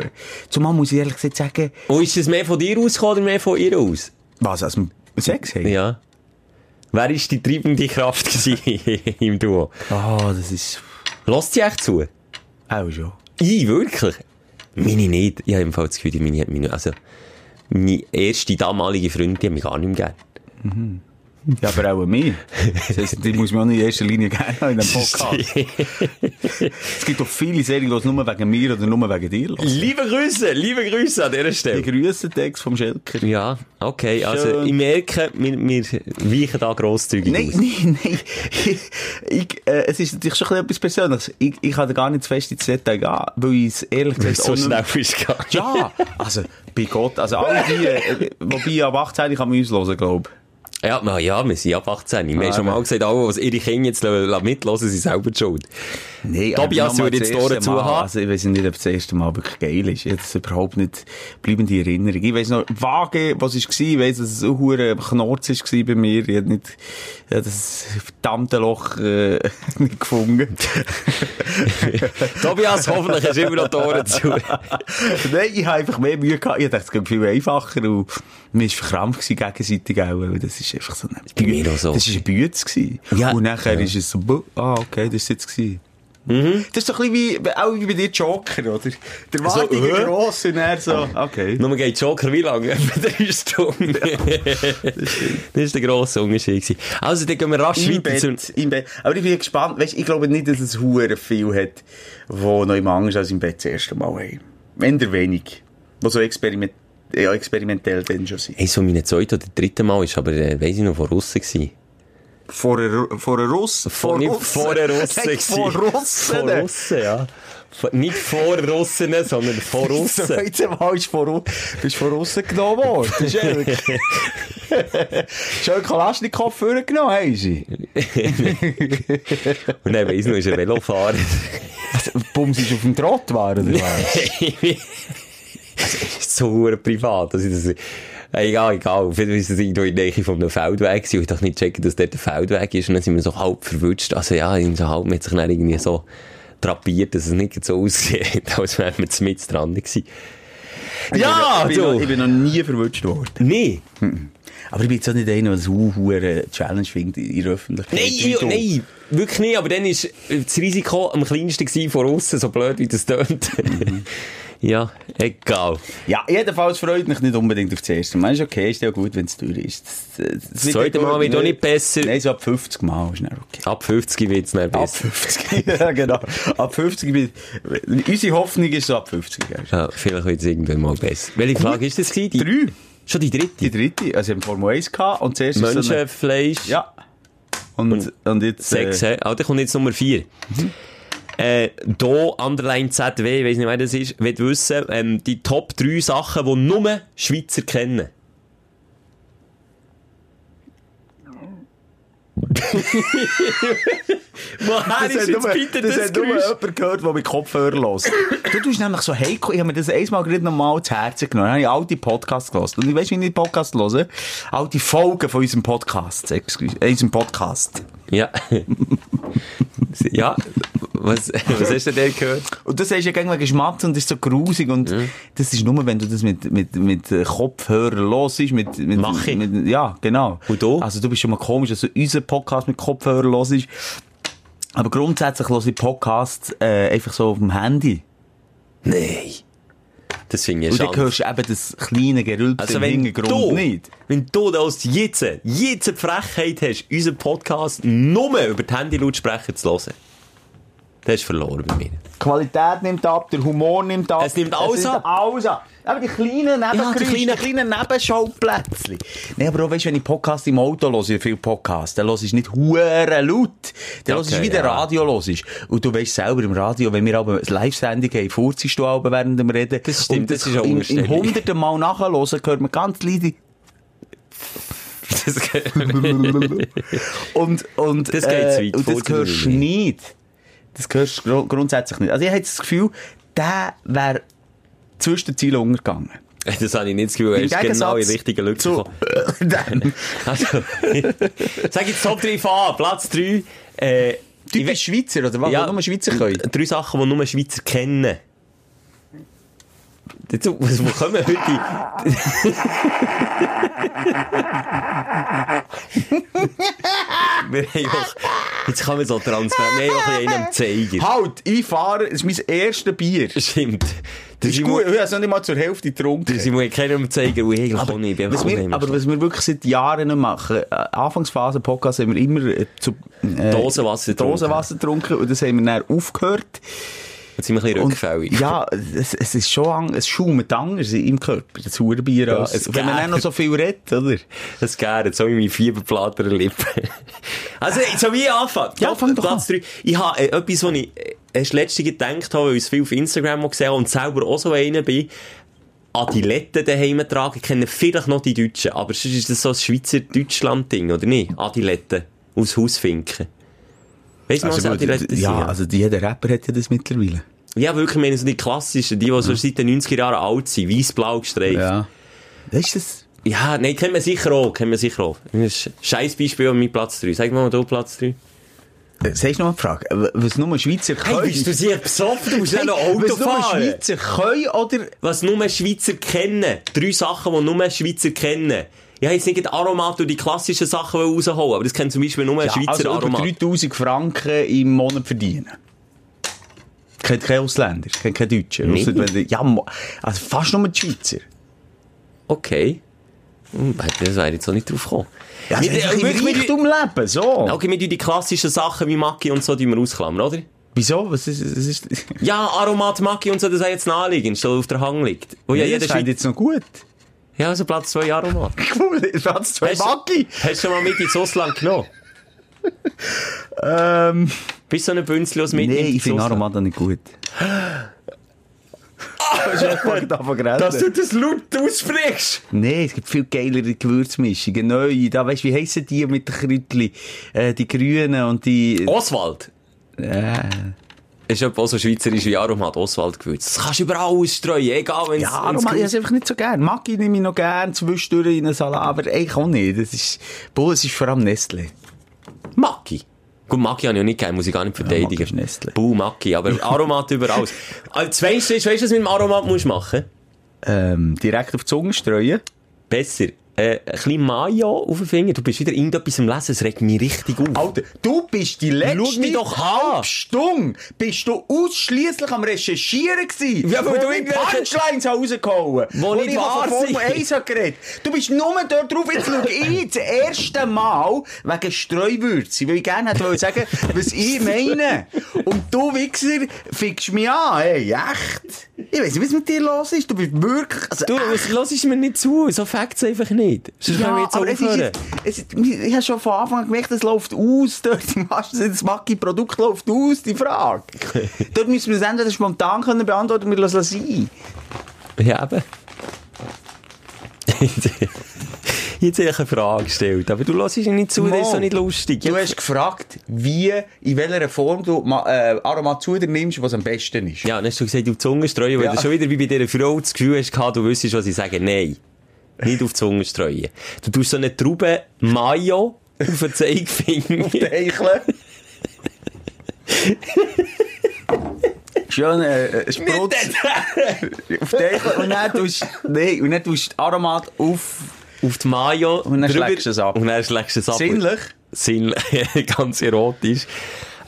S4: Zumal muss ich ehrlich gesagt sagen,
S3: Und ist das mehr von dir ausgekommen oder mehr von ihr aus?
S4: was, als wir Sex haben?
S3: Ja. Wer ist die treibende Kraft gewesen im Duo?
S4: Ah, das ist
S3: Lasst sie echt zu?
S4: auch schon.
S3: Ich, wirklich? Meine nicht. Ich habe im Fall das Gefühl, meine hat meine, also, meine erste damalige Freundin hat mich gar nicht mehr gern.
S4: Ja, aber auch mir. Das heisst, die muss man auch nicht in erster Linie gerne haben in diesem Podcast. es gibt doch viele Serien, die es nur wegen mir oder nur wegen dir hören.
S3: Liebe Grüße, liebe Grüße an dieser
S4: Die
S3: Stelle.
S4: Grüße Text vom Schelker.
S3: Ja, okay, also
S4: Schön.
S3: ich merke, wir, wir weichen da grosszügig
S4: Nein,
S3: aus.
S4: nein, nein. Ich, äh, es ist natürlich schon ein bisschen etwas Persönliches. Ich, ich kann da gar nicht zu fest ins Detail gehen, weil ich es ehrlich
S3: Weil
S4: gesagt
S3: es so
S4: auch nicht-
S3: schnell ist gegangen.
S4: Ja, also bei Gott, also alle die, äh, wobei ab 18 kann man uns hören, glaube
S3: Ja, na ja, wir sind ab 18. Wir haben
S4: Ah,
S3: schon mal
S4: eben.
S3: gesagt, alle, die ihre Kinder jetzt la- la- mitlassen, sind selber die schuld.
S4: ich. Nee,
S3: Tobias würde jetzt die Ohren zu haben.
S4: Also ich weiß nicht, ob das erste Mal wirklich geil ist. Jetzt überhaupt nicht bleibende Erinnerung. Ich weiß noch vage, was es war. Ich weiss, dass es ein hoher Knorz war bei mir. Ich habe nicht ich hab das verdammte Loch äh, nicht gefunden.
S3: Tobias, hoffentlich hast du immer noch die Ohren zu.
S4: Nein, ich habe einfach mehr Mühe gehabt. Ich dachte, es geht viel einfacher. Und mir war verkrampft gewesen gegenseitig auch. weil Das ist einfach so eine
S3: Bei mir auch so.
S4: Das war eine Bütze. gewesen.
S3: Ja.
S4: Und nachher
S3: Ja.
S4: ist es so, buh, ah, okay, das ist jetzt gewesen. Das ist doch ein bisschen wie, auch wie bei dir Joker, oder? Der Wartung
S3: äh?
S4: Mhm. so, Ah. gross und er so, okay.
S3: Nur geht Joker wie lange? Etwa drei Stunden. das ist der grosse Unterschied. gewesen. Also, dann gehen wir rasch
S4: Im
S3: weiter zu...
S4: Bett, im Bett. Aber ich bin gespannt. Weißt, ich glaube nicht, dass es hure viel hat, wo noch im Angst als im Bett das erste Mal haben. Wenn der wenig. Wo so experiment ja, experimentell dann schon sind.
S3: Hey, so mein zweites oder drittes Mal ist aber, äh, weiss ich noch, von Russen gewesen.
S4: Vor einer vor einer Russ.
S3: Vor, nicht
S4: Russen.
S3: vor den Russen.
S4: Nein,
S3: gewesen.
S4: Vor
S3: Vor
S4: Russen.
S3: Russen, ja. Vor- Nicht vor Russen, sondern vor
S4: Das
S3: Russen.
S4: zweite Mal ist vor, Ru- bist von Russen genommen worden. Das ist ehrlich. Schön Kalaschnikow vorgenommen, haben sie.
S3: Und dann weiss ich noch, ist ein Velofahrer.
S4: Bums ist auf dem Trott waren, oder was?
S3: ist so hure privat. Also, das, egal, egal. Vielleicht ist es irgendwo in der Nähe von einem Feldweg gewesen. Und ich dachte nicht checken, dass dort ein Feldweg ist. Und dann sind wir so halb verwutscht. Also ja, irgendwie so halb, man hat sich dann irgendwie so drapiert, dass es nicht so aussieht, als wären wir mitten dran gewesen. Ja,
S4: ich bin, noch, ich
S3: du!
S4: bin noch nie verwünscht worden.
S3: Nee!
S4: Aber ich bin jetzt auch nicht einer, der so hure Challenge findet in der Öffentlichkeit.
S3: Nein,
S4: Wie
S3: ich,
S4: du.
S3: nein, wirklich nicht. Aber dann war das Risiko am kleinsten gewesen von außen, so blöd wie das tönt.
S4: Mhm.
S3: ja, egal.
S4: Ja, jedenfalls freut mich nicht unbedingt auf das erste Mal. Ist okay, ist ja gut, wenn es teuer ist. Das, das, das wird
S3: zweite
S4: ja gut,
S3: Mal wird auch nicht besser.
S4: Nein, so ab 50 Mal ist dann okay.
S3: Ab 50 wird's nicht
S4: Ab
S3: besser.
S4: 50, ja genau. Ab 50 bin Unsere Hoffnung ist so ab 50. gell?
S3: Ja, vielleicht wird's irgendwann mal besser. Welche Frage ist das gewesen? Die-
S4: Drei.
S3: Schon die dritte?
S4: Die dritte, also im Formel 1 gehabt und zuerst ist so eine-
S3: Menschenfleisch.
S4: Ja. Und, und jetzt... äh,
S3: Sechs, hä? Alter, kommt jetzt Nummer vier.
S4: Mhm.
S3: Äh, do, underline ZW, ich weiss nicht, wer das ist, will wissen, ähm, die Top 3 Sachen, die nur Schweizer kennen. Woher
S4: Das
S3: ist
S4: hat
S3: jetzt
S4: nur,
S3: bitte
S4: das
S3: Ah, das,
S4: hat nur
S3: Geräusch?
S4: jemand gehört, der mit Kopfhörer hört. du tust nämlich so heikel, ich habe mir das einmal gerade nochmal zu Herzen genommen, dann habe ich alte Podcasts gehört. Und ich weiss, wie ich die Podcasts höre? Alte Folgen von unserem Podcast, excuse, äh, unserem Podcast.
S3: Ja. ja, was, was hast du denn gehört?
S4: Und das ist ja gegen Geschmack und ist so grusig und das ist nur, wenn du das mit, mit, mit äh, Kopfhörer los ist, mit, mit,
S3: Mach ich.
S4: mit, ja, genau.
S3: Und du?
S4: Also du bist schon mal komisch, dass du unseren Podcast mit Kopfhörer los ist. Aber grundsätzlich höre ich Podcasts, äh, einfach so auf dem Handy.
S3: Nein. Das finde ich
S4: Und
S3: eine
S4: dann
S3: Schande.
S4: hörst du eben das kleine Gerülpse
S3: Also
S4: im
S3: wenn
S4: Hintergrund
S3: du,
S4: nicht.
S3: wenn du das jetzt, jetzt die Frechheit hast, unseren Podcast nur über die Handylautsprecher zu hören, das ist verloren bei mir.
S4: Die Qualität nimmt ab, der Humor nimmt ab.
S3: Es nimmt alles ab.
S4: alles ab. Aber die kleinen Nebengeräusche, die
S3: kleinen-
S4: kleinen, Nebenschauplätzchen. Nein, aber auch, weißt, wenn ich Podcast im Auto höre, ich viele Podcasts, dann höre ich nicht hure laut. Dann höre
S3: Okay,
S4: ich, wie der
S3: ja.
S4: Radio los ist. Und du weißt selber, im Radio, wenn wir aber eine Live-Sendung haben, furzest du auch während dem Reden.
S3: Das stimmt,
S4: Und
S3: das ist eine
S4: im,
S3: Umstellung.
S4: im hunderten Mal nachhören, hört man ganz leise.
S3: Das
S4: und, und, äh,
S3: Das geht zu weit,
S4: und das
S3: Vorteil
S4: hörst du
S3: nicht.
S4: nicht. Das hörst du gru- grundsätzlich nicht. Also ich habe das Gefühl, der wäre zwischen den Zielen untergegangen.
S3: das habe ich nicht das Gefühl, er
S4: Im
S3: ist genau in
S4: Gegensatz
S3: die richtige Lücke
S4: zu-
S3: gekommen.
S4: Dann.
S3: Also, sag jetzt Top 3 an, Platz 3. Äh,
S4: Du
S3: ich
S4: bist
S3: we-
S4: Schweizer, oder was? Ja. Nur Schweizer können.
S3: Drei Sachen, die nur Schweizer kennen. Jetzt, was, wo kommen heute? die- wir haben auch, jetzt kann man so Transfer, wir haben auch ein bisschen einen am Zeiger.
S4: Halt, ich fahre, das ist mein erstes Bier.
S3: Stimmt. Der
S4: Das ist gut,
S3: Simon,
S4: ich habe es noch nicht mal zur Hälfte
S3: der
S4: getrunken.
S3: Simon hat keinen am Zeiger, und ich eigentlich auch nicht. Ich bin einfach
S4: was wir,
S3: unheimlich.
S4: aber was wir wirklich seit Jahren nicht machen, äh, Anfangsphase Podcast haben wir immer äh, zu äh,
S3: Dosenwasser getrunken.
S4: Dosenwasser getrunken und das haben wir dann aufgehört.
S3: Jetzt sind wir ein bisschen
S4: Und
S3: rückfällig.
S4: Ja, es, es ist schon an, es schaumt anders im Körper, das Hurenbier.
S3: Ja,
S4: als-
S3: es
S4: wenn man
S3: gärt.
S4: dann noch so viel redet, oder?
S3: Das gärt, so wie meine Fieberplaterlippen. also, so wie ich anfange.
S4: Ja, fang doch
S3: Platz drei. Ich habe äh, etwas, was ich äh, erst letzte gedacht habe, weil ich es viel auf Instagram auch gesehen habe und selber auch so einer bin. Adiletten daheim tragen, Ich kenne vielleicht noch die Deutschen, aber sonst ist das so ein Schweizer Deutschland-Ding, oder nicht? Adiletten. Aus Hausfinken. Weißt du, noch, was
S4: gut,
S3: Adiletten sind?
S4: ja, also jeder Rapper hat ja das mittlerweile.
S3: Ja, wirklich, ich meine, so die klassischen, die, die so seit den 90er Jahren alt sind, weiß-blau gestreift. Ja.
S4: Ja. Weißt du das?
S3: nein, kennen wir sicher auch, kennen wir sicher auch. Das ist scheiß Beispiel an meinem Platz 3. Sag mal, du Platz 3.
S4: Äh, Sagst du noch eine Frage? W- Was nur Schweizer
S3: Hey,
S4: können?
S3: bist du sehr besoffen? Du musst ja noch Auto
S4: was nur
S3: fahren.
S4: Schweizer können oder
S3: Was nur Schweizer kennen. Drei Sachen, die nur Schweizer kennen. Ich habe jetzt nicht gerade Aromat und die klassischen Sachen rausholen, aber das kennen zum Beispiel nur Schweizer
S4: also über
S3: Aromat.
S4: 3000 Franken im Monat verdienen. Kennt kein Ausländer, kennt kein Deutscher.
S3: Nee.
S4: Ausser wenn die- Ja, mo- also fast nur die Schweizer.
S3: Okay. Hm, Das wäre jetzt auch nicht drauf gekommen.
S4: Ja, also
S3: Wir- äh,
S4: wir sind
S3: wir-
S4: im
S3: wir-
S4: Reichtum leben, so.
S3: Okay, wir tun die klassischen Sachen wie Maki und so, die wir ausklammern, oder?
S4: Wieso? Was ist, was ist,
S3: Ja, Aromat, Maki und so, das ist jetzt naheliegend, statt auf der Hang liegt. Oh ja,
S4: Nee,
S3: jeder
S4: das scheint
S3: Schweizer.
S4: jetzt noch gut.
S3: Ja, also Platz 2 Aromat.
S4: Cool, Platz zwei
S3: Hast-
S4: Maggi.
S3: Hast du schon mal mit ins Ausland genommen?
S4: Ähm,
S3: Bist du so ein Bünzli, was mitnimmt?
S4: nee, ich
S3: ins
S4: finde
S3: Ausland?
S4: Aromat nicht gut. Hast du einfach davon geredet?
S3: das laut aussprichst!
S4: Nee, es gibt viel geilere Gewürzmischungen. Neue, da weißt du, wie heissen die mit den Kräutchen? Äh, die grünen und die...
S3: Oswald!
S4: Äh,
S3: Ist etwa auch so schweizerisch wie Aromat Oswald gewürzt. Das kannst du überall ausstreuen, egal wenn
S4: ja, Aromat, ich hab's einfach nicht so gern. Maggi nehme ich noch gern, zwischendurch in einen Salat, aber eigentlich auch nicht. Das ist... Boah, es ist vor allem Nestle.
S3: Maki. Gut, Maki habe ich ja nicht gegeben, muss ich gar nicht
S4: Maki ist
S3: verteidigen.
S4: Nestle.
S3: Buh, Maki, aber Aromat überall. Also, das Weisste ist, weisst du, was du mit dem Aromat musst machen
S4: Ähm, direkt auf die Zunge streuen.
S3: Besser. Äh, ein bisschen Mayo auf den Finger. Du bist wieder irgendetwas am Lesen, es regt mich richtig auf.
S4: Alter, du bist die letzte
S3: Schau mich doch
S4: halbe
S3: an.
S4: Stunde bist du ausschliesslich am Recherchieren gewesen.
S3: Ja, weil
S4: wo
S3: du
S4: ich
S3: irgendwelche-
S4: Punchlines habe rausgehauen
S3: Wo nicht
S4: ich
S3: wahr
S4: von Formel
S3: sind.
S4: 1 habe geredet Du bist nur dort drauf, jetzt schau ich das erste Mal wegen Streuwürze, weil ich gerne hätte wollen sagen was ich meine. Und du Wichser fickst mich an, ey, echt. Ich weiss nicht, was mit dir los ist, du bist wirklich... Also,
S3: Du,
S4: echt.
S3: was lass es mir nicht zu? So facts einfach nicht. Sonst können wir jetzt
S4: aber es ist,
S3: aufhören.
S4: jetzt- es ist, ich habe schon von Anfang an gemerkt, es läuft aus. Dort im Aschen, das Maki-Produkt läuft aus, die Frage. dort müssen wir es entweder spontan können beantworten wir lassen es sein.
S3: Ja, eben. Jetzt habe ich eine Frage gestellt, aber du lässt ja nicht zu, das ist so
S4: Mo,
S3: nicht lustig.
S4: Du hast gefragt, wie, in welcher Form du ma- äh, Aromat zu dir nimmst, was am besten ist.
S3: Ja, dann hast du gesagt, auf die Zunge streuen, weil
S4: Ja.
S3: du schon wieder wie bei dieser Frau das Gefühl hast, gehabt, du wüsstest, was ich sage. Nein. Nicht auf die Zunge streuen. Du tust so eine Traube Mayo auf den Zeigefinger.
S4: Teichle. Schön, äh, äh, Sprutz. auf Teichle. Und dann tust, nee, und dann tust du Aromat auf.
S3: auf die Mayo.
S4: Und dann
S3: drüber.
S4: schlägst du es ab.
S3: Und dann schlägst du es ab.
S4: Sinnlich?
S3: Sinnlich. Ganz erotisch.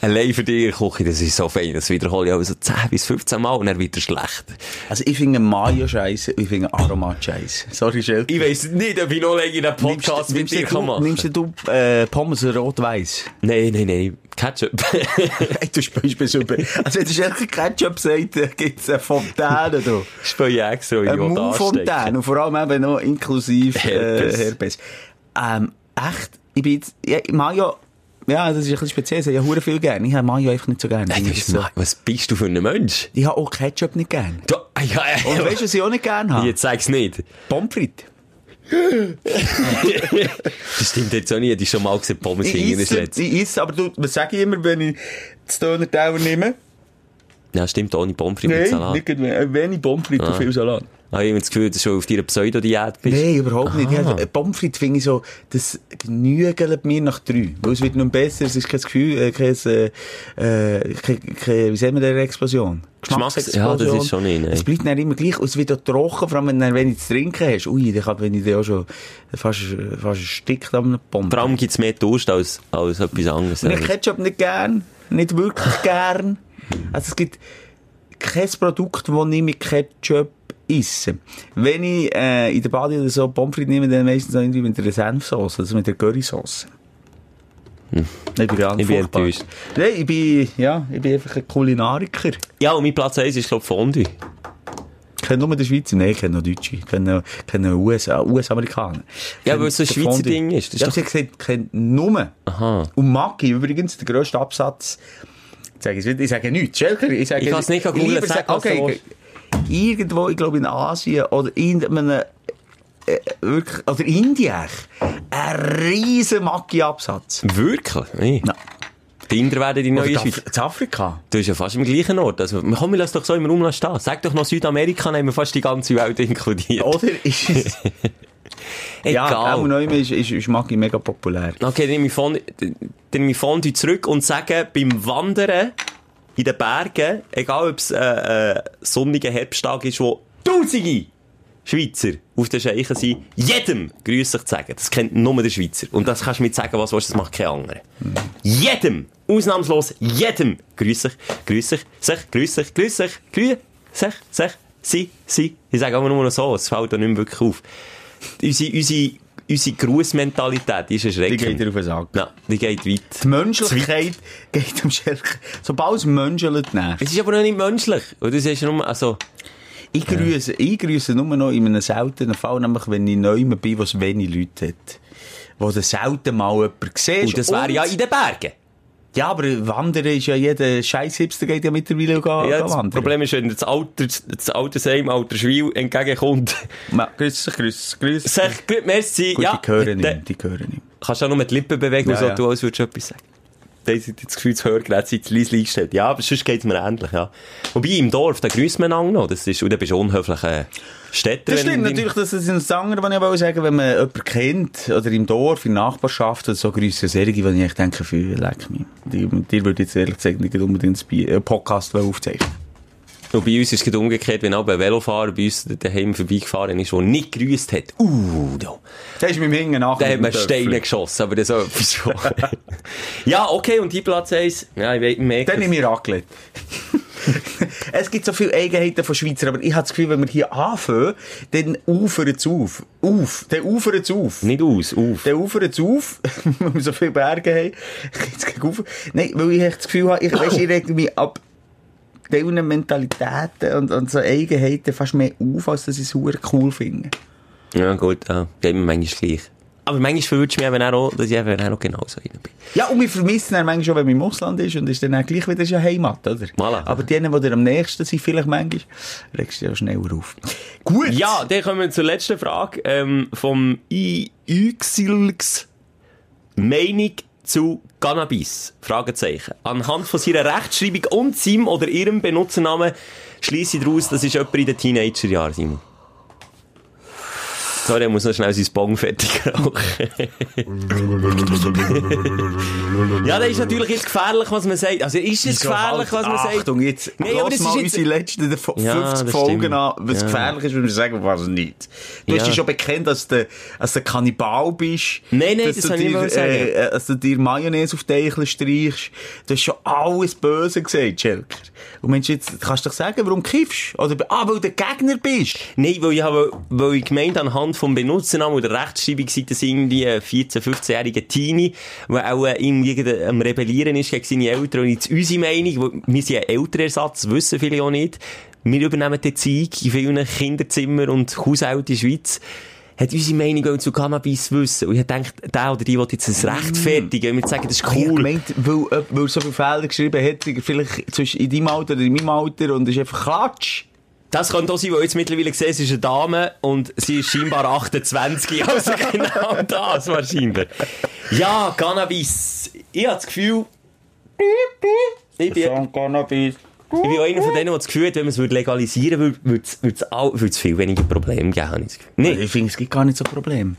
S3: Allein für dich, Küche, das ist so fein. Das wiederhole ich auch so 10 bis 15 Mal und dann wieder schlecht.
S4: Also ich finde Mayo scheiße, ich finde Aromat scheiße. Sorry, Schild.
S3: Ich weiss nicht, ob ich noch länger einen Podcast mit dir
S4: du,
S3: kann machen
S4: nimmst du äh, Pommes rot-weiß?
S3: Nein, nein, nein. Ketchup.
S4: Hey, du spielst mir super. Also wenn du echt Ketchup sagst, dann gibt es eine Fontäne. Du.
S3: Ich bin ja extra, wie ich
S4: Eine
S3: will anstecken.
S4: Mundfontäne. Und vor allem eben noch inklusive
S3: Herpes.
S4: Herpes. Äh, Herpes. Ähm, echt, ich bin jetzt... Ja, Mayo... Ja, das ist ein bisschen speziell. Ich habe ja hure viel gern. Ich habe Mayo einfach nicht so gern.
S3: Hey, du bist ma- was bist du für ein Mensch?
S4: ich habe auch Ketchup nicht gern.
S3: Du, ah, ja, ja,
S4: Und weißt du, was ich auch nicht gern habe?
S3: jetzt sag's nicht.
S4: Pommes frites.
S3: Das stimmt jetzt auch nicht. Hätte ich schon mal gesehen, Pommes
S4: Ich
S3: hingen das
S4: esse,
S3: letzte.
S4: ich esse, aber du, was sage ich immer, wenn ich das Döner-Teller nehme?
S3: Ja, stimmt, ohne Pommes frites mit Salat. Ah.
S4: nicht gerade. Äh, Wenig Pommes frites und viel Salat.
S3: Habe ich immer das Gefühl, dass du schon auf deiner Pseudodiät bist?
S4: Nein, überhaupt nicht. Ich
S3: Ah.
S4: habe- äh, Pommes frites finde ich so, das genügelt mir nach drei. Weil es wird nun besser, es ist kein Gefühl, äh, kein, äh, äh, kein, kein, wie sagt man der Explosion?
S3: Geschmacks- ja, das ist schon nicht, nein.
S4: Es bleibt dann immer gleich und es wird auch trocken, vor allem wenn du dann wenig zu trinken hast. Ui, dann kann, wenn ich dann auch schon fast, fast erstickt an einem Pommes.
S3: Vor allem gibt es mehr Durst als, als etwas anderes.
S4: Und ich Ketchup nicht gern, nicht wirklich gern. Also es gibt kein Produkt, das ich mit Ketchup esse. Wenn ich äh, in der Bade oder so Pommes frites nehme, dann meistens noch irgendwie mit einer Senfsauce, also mit der Currysauce. Ich bin ganz
S3: Hm. Ich bin
S4: furchtbar.
S3: enttäuscht.
S4: Nein, ich bin, ja, ich bin einfach ein Kulinariker.
S3: Ja, und mein Platz 1 ist, glaube ich, Fondue.
S4: Ich kenne nur den Schweizer, nein, ich kenne noch Deutsche, ich kenne, noch- ich kenne noch USA, US-Amerikaner.
S3: Ja, weil es so ein Schweizer Ding ist. Das ist
S4: ja,
S3: doch-
S4: sie hat gesagt, ich kenne nur.
S3: Aha.
S4: Und Maggi übrigens, der grösste Absatz. Ich sage, es wieder, ich sage nichts. Schelker, ich sage
S3: Ich kann's nicht googeln,
S4: lieber
S3: sag, was du
S4: okay, Irgendwo, ich glaube in Asien oder in einem, äh, wirklich, oder Indien, ein riesen Maggi-Absatz.
S3: Wirklich? Nee.
S4: Nein.
S3: Die Inder werden die
S4: Oder
S3: neue
S4: in
S3: Schweiz.
S4: Af- in Afrika.
S3: Du bist ja fast am gleichen Ort. Also, komm, wir lassen doch so im Raum stehen. Sag doch noch Südamerika, nehmen wir fast die ganze Welt inkludiert.
S4: Oder ist es... Ja, auch
S3: Egal.
S4: noch immer ist, ist, ist Maggi mega populär.
S3: okay, dann nehme ich Fondue, dann nehme ich Fondue zurück und sage, beim Wandern in den Bergen, egal ob es äh, äh, sonniger Herbsttag ist, wo tausende Schweizer auf den Scheichen sind, jedem grüß dich zu sagen. Das kennt nur der Schweizer. Und das kannst du mir sagen, was du willst, das macht kein anderer. Jedem, ausnahmslos jedem, grüß dich, grüß dich, sich, grüß dich, grüß dich, grüß sich, sich, sie, sie. Ich sage immer nur noch so, es fällt da nicht mehr wirklich auf. Unsere, unsere, unsere Grußmentalität die ist
S4: Die
S3: erschreckend.
S4: geht dir auf den Sack.
S3: Nein, die geht weit.
S4: Die Menschlichkeit geht am Schelker. Sobald es menschelt, nervt.
S3: Es ist aber noch nicht menschlich. Oder es ist nur, also,
S4: Ich grüße, ich grüße nur noch in einem seltenen Fall, nämlich wenn ich neu bin, wo es wenig Leute hat. Wo du selten mal jemanden siehst.
S3: und das wäre ja in den Bergen.
S4: Ja, aber wandern ist ja jeder scheiß Hipster geht ja mittlerweile auch ga-
S3: Ja,
S4: ga
S3: das
S4: wandern.
S3: Problem ist, wenn das Alter, das Altersheim, Altersschwil entgegenkommt,
S4: Ma, grüß dich, grüß dich, grüß dich.
S3: sag, gut, merci,
S4: Gut,
S3: ja.
S4: die hören
S3: dann
S4: nicht, die hören nicht.
S3: Kannst du auch nur mit die Lippen bewegen,
S4: Ja,
S3: so
S4: ja.
S3: du als würdest du etwas sagen. Da sind jetzt das Gefühl, das Hörgerät sei zu leise eingestellt. Ja, aber sonst geht's mir ähnlich, ja. Wobei, im Dorf, da grüßt man einander noch. Das ist, und dann bist du unhöflich, äh, Städter.
S4: Das
S3: wenn
S4: stimmt
S3: du in-
S4: natürlich, das ist das andere, was ich aber auch sagen wenn man jemanden kennt, oder im Dorf, in der Nachbarschaft, oder so grüße Serien, die ich echt denke, für leck mich. Die- Mit dir würde ich jetzt ehrlich gesagt nicht unbedingt einen Bi- einen Podcast aufzeichnen.
S3: Und bei uns ist es umgekehrt, wenn auch ein Velofahrer bei uns daheim vorbeigefahren ist, der nicht grüßt hat. Uh, da.
S4: Da ist mit dem Hingen nachher.
S3: Da hat man
S4: mit dem Töpfchen.
S3: Steine geschossen, aber das ist auch etwas schon. ja, okay, und die Platz 1. Ja, ich weiß, merke
S4: Dann
S3: es.
S4: nehme ich Raclette. es gibt so viele Eigenheiten von Schweizer, aber ich habe das Gefühl, wenn wir hier anfangen, dann ufern es auf. Auf. Dann ufern es auf.
S3: Nicht aus, auf.
S4: Dann ufern es auf, weil wir so viele Berge haben. Jetzt geht auf. Nein, weil ich echt das Gefühl habe, ich, weißt, ich reg mich ab diesen Mentalitäten und, und so Eigenheiten fast mehr auf, als dass ich es verdammt cool finde.
S3: Ja, gut, ja. geht mir manchmal gleich. Aber manchmal verwirrt mich eben auch, dass ich eben auch genauso einer bin.
S4: Ja, und wir vermissen dann manchmal schon, wenn man im Ausland ist und ist dann auch gleich wieder schon Heimat, oder?
S3: Voilà.
S4: Aber die, die dir am nächsten sind, vielleicht manchmal, regst du ja schneller auf. Gut!
S3: Ja, dann kommen wir zur letzten Frage ähm, vom Yxilx. Meinung zu Cannabis? Fragezeichen. Anhand von seiner Rechtschreibung und seinem oder ihrem Benutzernamen schließe ich daraus, das ist jemand in den Teenagerjahren, Simon. Sorry, er muss noch schnell sein Bong fertig rauchen. ja, das ist natürlich jetzt gefährlich, was man sagt. Also ist es
S4: Ich glaube,
S3: gefährlich,
S4: halt,
S3: was man sagt?
S4: Achtung, jetzt,
S3: Nein,
S4: Nein,
S3: aber
S4: lass
S3: das ist
S4: mal
S3: jetzt-
S4: unsere letzten der Fo- 50
S3: Ja, das
S4: Folgen
S3: stimmt.
S4: an, was
S3: Ja.
S4: gefährlich ist, wenn wir sagen, was Dus nicht. Du
S3: Ja.
S4: hast dich schon bekannt, als der, als der Kannibal bist.
S3: Nein, nein,
S4: dass
S3: das
S4: du
S3: hab ich
S4: dir,
S3: wollen sagen.
S4: Äh, dass du dir Mayonnaise auf die Eichel streichst. Du hast schon alles Böse gesagt, Schelker. Und Mensch, jetzt kannst du doch sagen, warum kiffst? Oder, ah, weil du der Gegner bist.
S3: Nein, weil ich, habe, weil ich gemeint anhand vom Benutzernamen oder Rechtschreibung sei das irgendwie ein 14-, 15-jähriger Teenie, der auch äh, irgendwie gegen- am Rebellieren ist gegen seine Eltern. Und jetzt unsere Meinung, weil wir sind ein Elternersatz, das wissen viele auch nicht. Wir übernehmen die Erziehung in vielen Kinderzimmern und Haushalten in der Schweiz. Hat unsere Meinung auch zu Cannabis wissen. Und ich denke, der oder die will jetzt es rechtfertigen. Und wir sagen, das ist
S4: Mm. Ich hab
S3: cool.
S4: gemeint, weil, äh, weil er so viele Fehler geschrieben hat, vielleicht zwischen in deinem Alter oder in meinem Alter und ist einfach Klatsch.
S3: Das könnte auch sein, weil ich jetzt mittlerweile sehe, es ist eine Dame und sie ist scheinbar 28, also genau das wahrscheinlich. Ja, Cannabis. Ich habe das Gefühl... Ich bin,
S4: Cannabis.
S3: Ich bin auch einer von denen, der das Gefühl hat, wenn man es würde legalisieren würde, würde es- würde es all- würde es viel weniger Probleme geben, habe ich das Gefühl. Nee.
S4: Ich finde, es gibt gar nicht so Probleme.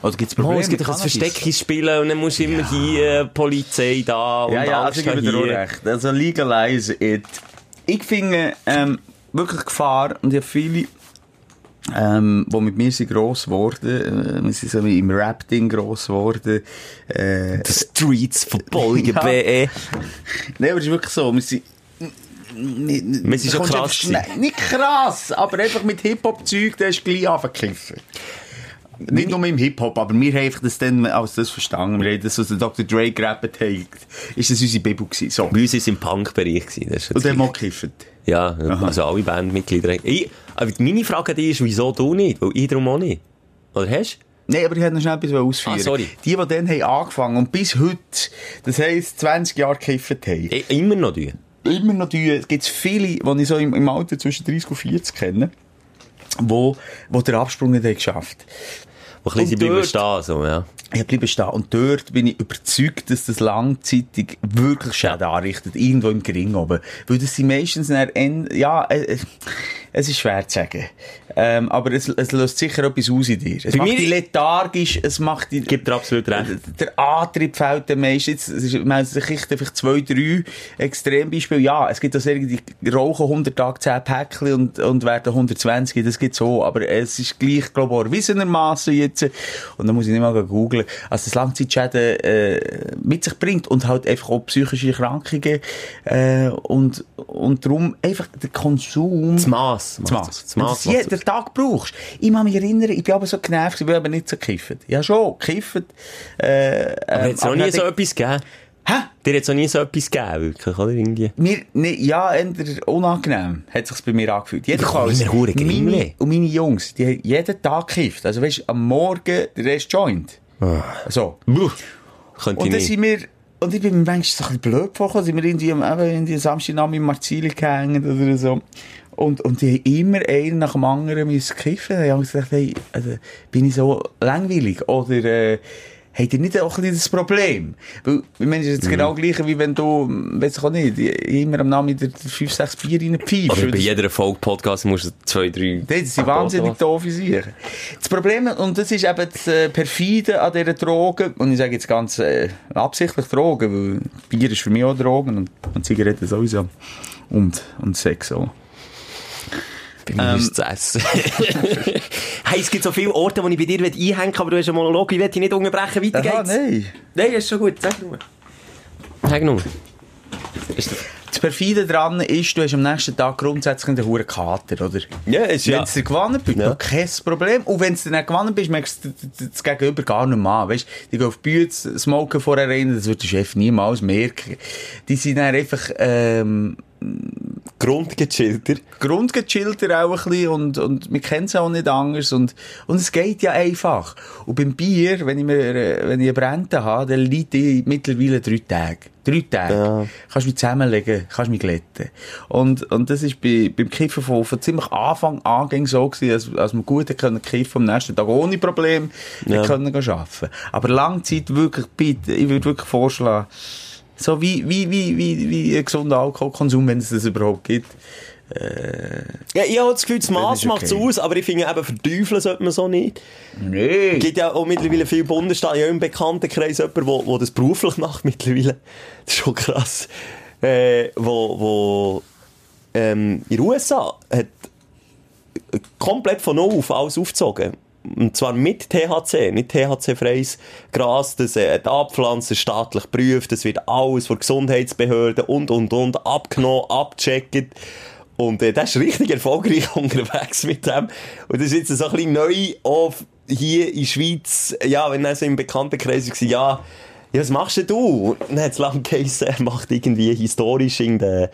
S4: Oder gibt es
S3: Oh,
S4: Probleme?
S3: es gibt
S4: mit
S3: doch das
S4: Cannabis?
S3: Versteckungsspielen und dann musst du immer hier Polizei da und
S4: Ja, ja, also
S3: Angst
S4: ich gebe dir
S3: hier.
S4: auch recht. Also legalize it. Ich finde ähm, wirklich Gefahr und ich habe viele, ähm, die mit mir sind gross geworden, äh, wir sind so im Rap-Ding gross geworden, äh,
S3: The Streets verfolgen,
S4: Ja.
S3: BE.
S4: Nein, aber es ist wirklich so, wir sind... Wir
S3: sind schon krass
S4: Nicht krass, aber einfach mit Hip-Hop-Zeug, da hast du gleich angekiffen. Nicht nur im Hip-Hop, aber wir haben einfach das dann als das verstanden. Wir haben das, was der Dr. Dre gerappt hat, ist das unsere Bibel gewesen. So.
S3: Bei uns war es im Punk-Bereich. gewesen, das ist jetzt
S4: Und dann haben wir auch gekifft.
S3: Ja, also alle Bandmitglieder. Ich, aber meine Frage an dich ist, wieso du nicht? Weil ich darum auch nicht. Oder hast du?
S4: Nein, aber ich hätte noch schnell etwas ausführen.
S3: Ah, sorry.
S4: Die, die dann haben angefangen und bis heute, das heisst 20 Jahre gekifft haben,
S3: I- Immer noch du?
S4: immer noch die, es gibt viele, die ich so im, im Alter zwischen 30 und 40 kenne, wo, wo der Absprung nicht haben geschafft
S3: Wo ein bisschen
S4: Und
S3: bleiben
S4: dort-
S3: stehen, so, ja.
S4: Ich bleibe stehen. Und dort bin ich überzeugt, dass das langzeitig wirklich Schäden anrichtet. Irgendwo im Gering oben. Weil das sind meistens dann, en- ja, äh, äh, es ist schwer zu sagen. Ähm, aber es, es löst sicher etwas aus in dir. Es
S3: Bei
S4: macht
S3: mir-
S4: dich lethargisch, es macht dich...
S3: Gibt dir absolut recht.
S4: Der Antrieb fehlt dem meisten. Jetzt, es ist, man sich echt einfach zwei, drei Extrembeispiele. Ja, es gibt auch solche, die rauchen 100 Tage 10 Päckchen und, und werden 120. Das gibt's auch. Aber es ist gleich, glaube ich, auch erwiesenermassen jetzt. Und da muss ich nicht mal googeln. Also, das Langzeitschäden, äh, mit sich bringt und halt einfach auch psychische Erkrankungen, äh, und, und darum einfach der Konsum.
S3: Das Mass.
S4: Das Mass.
S3: Das
S4: Wenn du
S3: Mass.
S4: es jeden Tag brauchst. Ich kann mich erinnern, ich bin aber so genervt, ich bin aber nicht so gekifft. Ja, schon, gekifft. Äh,
S3: Aber
S4: ähm,
S3: hat es noch
S4: aber
S3: nie
S4: dann-
S3: so etwas gegeben?
S4: Hä?
S3: Dir hat es noch nie so etwas gegeben, wirklich, oder? Irgendwie.
S4: Mir, nee, ja, eher unangenehm hat sich's bei mir angefühlt. Jedenfalls,
S3: Meine Hure Grimmli.
S4: meine und meine Jungs, die haben jeden Tag gekifft. Also weißt, am Morgen der Rest joint.
S3: Ah.
S4: So.
S3: Buh. Könnte ich
S4: Und dann
S3: nicht.
S4: sind wir, und ich bin mir manchmal so ein bisschen blöd vorgekommen, sind wir irgendwie am eben irgendwie Samstagnabend eh, in Marzili gehängt oder so. Und, und die haben immer einen nach dem anderen müssen kiffen. Da habe ich gesagt, hey, eh, also, bin ich so langweilig? Oder, äh, Habt ihr nicht auch ein bisschen das Problem? Weil, ich meine, es ist jetzt genau gleich, wie wenn du, weiß ich auch nicht, immer am Nachmittag 5, 6 Bier reinpfeifst.
S3: Oder bei
S4: Das-
S3: jeder Folk-Podcast musst du zwei, drei...
S4: Nee, Das sind wahnsinnig doof in sich. Das Problem, und das ist eben das äh, Perfide an dieser Drogen, und ich sage jetzt ganz äh, absichtlich Drogen, weil Bier ist für mich auch Drogen und, und Zigaretten sowieso. Und, und Sex auch.
S3: Bei mir ist es essen. hey, es gibt so viele Orte, wo ich bei dir einhängen will, aber du hast einen Monolog, ich will dich nicht unterbrechen, weiter
S4: Aha,
S3: geht's.
S4: nein.
S3: Nein, das ist schon gut, sag nur. Sag nur. Ist das-
S4: Das Perfide dran ist, du hast am nächsten Tag grundsätzlich einen hohen Kater, oder?
S3: Ja, ist ja-
S4: Wenn du dir gewonnen bist,
S3: Ja.
S4: ja. kein Problem. Und wenn du dir nicht gewonnen bist, merkst du d- d- das Gegenüber gar nicht mehr an. Weißt, die gehen auf die Bühne, smoken vorher rein, das wird der Chef niemals merken. Die sind dann einfach, ähm,
S3: Grundgechillter.
S4: grundgechillter auch ein bisschen und, und wir kennen es auch nicht anders und, und es geht ja einfach. Und beim Bier, wenn ich mir, äh, wenn ich eine Brente habe, dann liegt ich mittlerweile drei Tage. Drei Tage. Kannst mich zusammenlegen, kannst mich glätten. Und, und das ist bei, beim Kiffen von, von ziemlich Anfang an ging so gewesen, als, als man gut hat können kiffen am nächsten Tag ohne Problem, ja. können gehen arbeiten. Aber Langzeit wirklich, bitte, ich würde wirklich vorschlagen, so wie, wie, wie, wie, wie ein gesunder Alkoholkonsum, wenn es das überhaupt gibt.
S3: Ja, ich habe das Gefühl, das
S4: Dann
S3: Mass
S4: ist
S3: macht es
S4: okay. Hm.
S3: aus, aber ich finde eben, verdäufeln sollte man so nicht.
S4: Nee.
S3: Es gibt ja auch mittlerweile viele Bundesstaaten, ja im Bekanntenkreis jemanden, wo, wo das beruflich macht mittlerweile. Das ist schon krass. Äh, wo, wo, ähm, in den USA hat komplett von null auf alles aufgezogen. Und zwar mit THC, nicht THC-freies Gras, das äh, die Abpflanzen staatlich prüft, das wird alles von Gesundheitsbehörden und, und, und abgenommen, abgecheckt. Und äh, das ist richtig erfolgreich unterwegs mit dem. Und das ist jetzt so ein bisschen neu auf hier in der Schweiz, ja, wenn er so im Bekanntenkreis war, ja, ja, was machst denn du? Und dann hat es lange geheißen, er macht irgendwie historisch in der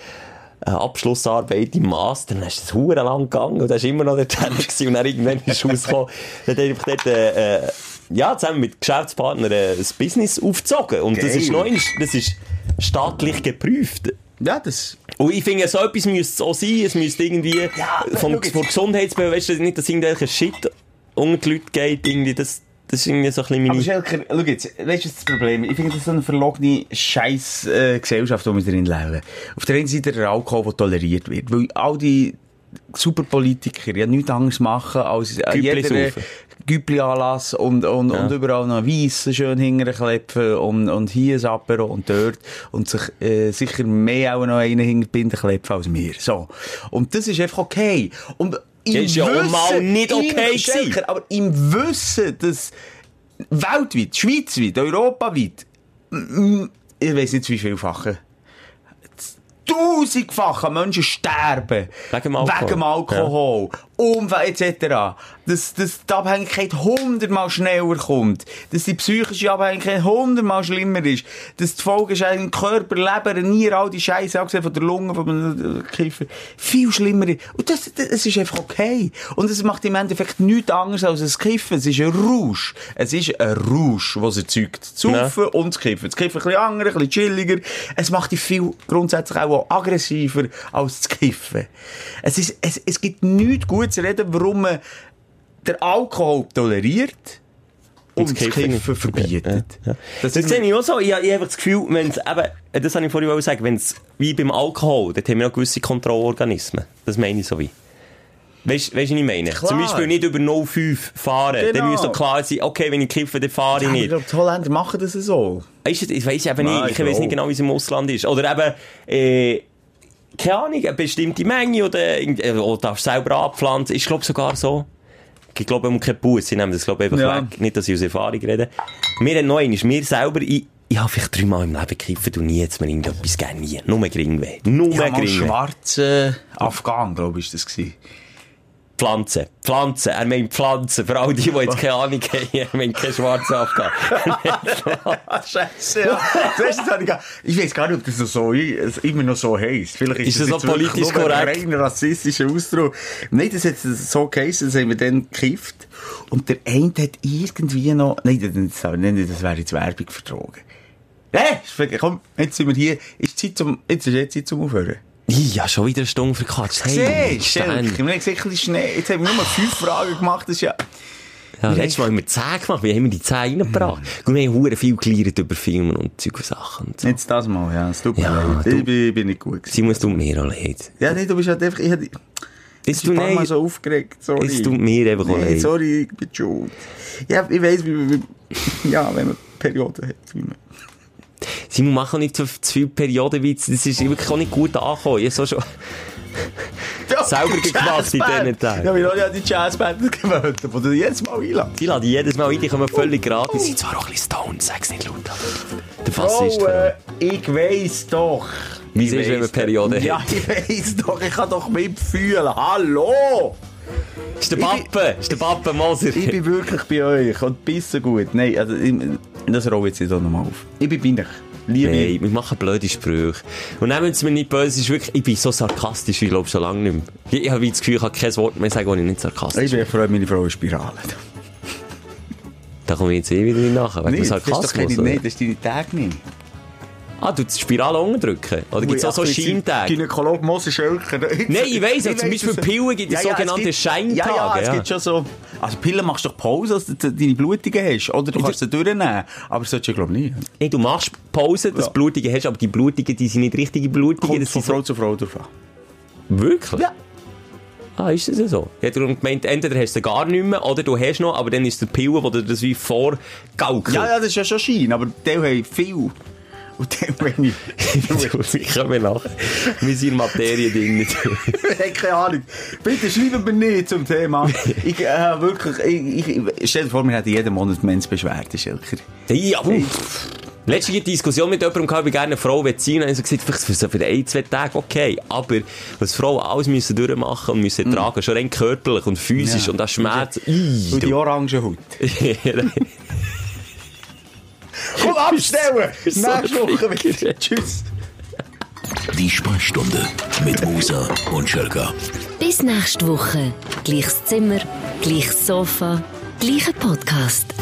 S3: eine Abschlussarbeit im Master, dann ist das hure lang gegangen und dann ist immer noch der Tenor gewesen und dann irgendwann ist rausgekommen, dann hat er einfach dort, äh, äh, ja, zusammen mit Geschäftspartnern äh, das Business aufgezogen und das
S4: Geil.
S3: ist noch eins- das ist staatlich geprüft.
S4: Ja, das.
S3: Und ich finde, so etwas müsste es auch sein, es müsste irgendwie
S4: Ja,
S3: vom,
S4: schau jetzt.
S3: vom Gesundheitsbehörden, weißt du, nicht, dass irgendwelcher Shit unter die Leute geht, irgendwie, das, Das ist irgendwie so ein bisschen meine...
S4: Aber Schelker, schau jetzt, weißt du, was das Problem ist? Ich finde, das ist so eine verlogene scheiß äh, Gesellschaft, in wir drin leben. Auf der einen Seite der Alkohol, der toleriert wird, weil all die Superpolitiker ja nichts anderes machen, eh, als an
S3: Güppli
S4: jeder
S3: saufen.
S4: Güppli-Anlass und, und,
S3: Ja.
S4: und überall noch Weiss schön hinterklepfen und, und eh, hier ein Apero und dort und sich äh, sicher mehr auch noch einen hinterbinden klepfen als wir. So. Und das ist einfach okay. Und
S3: Ja, ist ja auch mal nicht okay
S4: im,
S3: gewesen.
S4: Schelker, aber im Wissen, dass weltweit, schweizweit, europaweit, m- m- ich weiß nicht wie vielfache, tausendfache Menschen sterben.
S3: Wegen dem Alkohol.
S4: Wegen dem Alkohol. Umwelt etc. Dass, dass die Abhängigkeit hundertmal schneller kommt. Dass die psychische Abhängigkeit hundertmal schlimmer ist. Dass die Folgen im Körper, Leber, Nieren, all die Scheiße, abgesehen von der Lunge, von äh, Kiefer, viel schlimmer ist. Und das, das, das ist einfach okay. Und es macht im Endeffekt nichts anderes als ein Kiffen. Es ist ein Rausch. Es ist ein Rausch, was erzeugt. Zu
S3: Ja.
S4: Saufen und das Kiffen. Das Kiffen ein bisschen anderer, ein bisschen chilliger. Es macht dich viel grundsätzlich auch aggressiver als das Kiffen. Es, ist, es, es gibt nichts gut zu reden, warum man den Alkohol toleriert und, das Kiffen,
S3: nicht.
S4: verbietet.
S3: Ja, ja. Das,
S4: Das
S3: das
S4: ist-
S3: sehe ich auch so. Ich, ich habe einfach das Gefühl, wenn es eben, äh, das habe ich vorhin wollen sagen, wenn es, wie beim Alkohol, dort haben wir auch gewisse Kontrollorganismen. Das meine ich so wie. Weißt du, was ich meine?
S4: Klar.
S3: Zum Beispiel nicht über 05 fahren.
S4: Genau.
S3: Dann muss so klar sein, okay, wenn ich kiffe, dann fahre ich
S4: Aber ich
S3: nicht.
S4: glaube, die Holländer machen das so.
S3: Weisst du, ich weiss eben
S4: Nein,
S3: nicht, ich weiss
S4: Bro.
S3: nicht genau, wie es im Ausland ist. Oder eben, äh, keine Ahnung, eine bestimmte Menge oder, irgend- äh, oder darfst du selber anpflanzen. Ist, glaube sogar so. Ich glaube, um keinen Bus, sie nehmen das, glaube einfach
S4: Ja.
S3: weg. Nicht, dass ich aus Erfahrung rede. Mir hat noch einmal, mir selber, ich, ich habe vielleicht dreimal im Leben gekifft und nie jetzt mir irgendetwas gerne nie. Nur gering weh. Nur
S4: Ich habe mal
S3: gering weh.
S4: schwarze Afghan, glaube ich, war das. Gewesen.
S3: Pflanzen. Pflanzen. Er meint Pflanzen. Für all die, die jetzt keine Ahnung haben, er meint keine schwarze Afghan.
S4: Ah, Scheiße, ja. Zuerst habe ich gedacht, ich weiß gar nicht, ob das noch so, es immer noch so heisst. Vielleicht ist,
S3: Ist das
S4: jetzt
S3: noch
S4: wirklich
S3: politisch
S4: nur ein
S3: korrekt?
S4: rein rassistischer Ausdruck. Nein, das hat so geheißen, das haben wir dann gekifft. Und der eine hat irgendwie noch, nein, das, das, nein, das wäre jetzt Werbung für Drogen. Nein, komm, jetzt sind wir hier, ist Zeit zum, jetzt ist jetzt Zeit zum Aufhören.
S3: Ja, schon wieder eine Stunde verkatscht. Hey,
S4: Siehst du,
S3: Stan.
S4: Schelke, wir haben gesagt, ein bisschen Schnee. Jetzt haben wir nur fünf Fragen gemacht, das ist ja,
S3: Ja, letztes Mal haben wir 10 gemacht. Wie haben wir die 10 reingebracht?
S4: Mhm.
S3: Und wir haben hure viel gelernt über Filme und Zeug und Sachen. Und so.
S4: jetzt das mal, ja, es tut mir
S3: Ja,
S4: leid.
S3: du-
S4: Ich bin, ich bin nicht gut gewesen.
S3: Simon, es tut mir auch leid.
S4: Ja, nee, du bist halt einfach, ich hätte,
S3: Es
S4: Ich
S3: tut,
S4: bin ein paar Mal
S3: nein,
S4: so aufgeregt, sorry.
S3: es tut mir einfach auch
S4: nee,
S3: leid.
S4: sorry, ich bin schuld. Ja, ich weiss, wie, wie, wie- ja, wenn man Perioden hat. Wie man.
S3: Simon, mach auch nicht zu, zu viel Periodenwitze. Das ist wirklich auch nicht gut angekommen. Ich hab so schon...
S4: Ja,
S3: Selber
S4: die
S3: gemacht in
S4: Jazzband.
S3: diesen Tagen.
S4: Ja, wir haben ja die Jazzband gewöhnt, die du jetzt mal einlässt.
S3: Die laden jedes Mal ein, die kommen völlig gratis. Sie sind zwar auch ein bisschen stoned, sag's nicht laut. aber Der Fassist.
S4: Oh,
S3: Oh,
S4: äh, ich weiss doch.
S3: Wie es
S4: Ich
S3: ist, wenn man
S4: weiss
S3: Periode
S4: doch. Ja,
S3: hat.
S4: ich weiss doch, ich kann doch mitfühlen. Hallo!
S3: ist der Pappe, ist der Pappe Moser.
S4: Ich bin wirklich bei euch und bist so gut. Nein, also, ich, das rollt jetzt nicht auch nochmal auf. Ich bin bei euch. Liebe.
S3: Nein, wir machen blöde Sprüche. Und nehmen Sie mir nicht böse, es ist wirklich, ich bin so sarkastisch, ich glaube schon lange nicht mehr. Ich, ich habe wie das Gefühl, ich kann kein Wort mehr sagen, wo ich nicht sarkastisch
S4: Ich bin froh, meine Frau ist Spirale.
S3: Da komme ich jetzt eh wieder hin nachher, wegen dem
S4: das ist doch
S3: Sarkasmus.
S4: keine,
S3: oder?
S4: nein, das ist deine Tag nicht.
S3: Ah, du die Spirale unterdrücken? Oder gibt es auch so Scheintage?
S4: Gynäkologe Moses Schölker. Nein,
S3: ich weiss, aber zum Beispiel Pillen gibt es sogenannte
S4: Ja, ja,
S3: Scheintage,
S4: es
S3: ja.
S4: gibt schon so... Also Pillen machst du doch Pause, als du de- deine Blutungen hast. Oder du kannst sie durchnehmen. Aber das solltest du, glaube ich, nicht.
S3: Nein, du machst Pause, dass
S4: Ja.
S3: du Blutige hast, aber die Blutigen, die sind nicht richtige Blutige.
S4: Kommt
S3: Das
S4: von
S3: sind so...
S4: Frau zu Frau drauf an.
S3: Wirklich?
S4: Ja.
S3: Ah, ist das ja so? Ich hätte darum gemeint, entweder hast du gar nicht mehr, oder du hast noch, aber dann ist der Pillen, wo du das wie vorgaukelt.
S4: Ja, ja, das ist ja schon Schein, aber die haben viel. Und die wenig.
S3: ich kann mir lachen. Wir sind in Materie drin.
S4: Ich habe keine Ahnung. Bitte schreiben wir nicht zum Thema. Ich äh, wirklich... Ich, ich, stell dir vor, wir hätten jeden Monat Mensbeschwerde, Schölker.
S3: ja, aber... Letzte Diskussion mit jemandem gehabt, ich gerne eine Frau ziehen und dann gesagt, vielleicht für so für ein, zwei Tage okay, aber was Frauen alles müssen durchmachen und müssen tragen, schon rein körperlich und physisch
S4: Ja.
S3: und das Schmerz.
S4: Und die Orangenhaut. Komm, abstellen!
S3: so
S4: Nächste Woche wieder.
S3: fickrig.
S4: Tschüss.
S2: Die Sprechstunde mit Musa und Schelka.
S1: Bis nächste Woche. Gleiches Zimmer, gleiches Sofa, gleicher Podcast.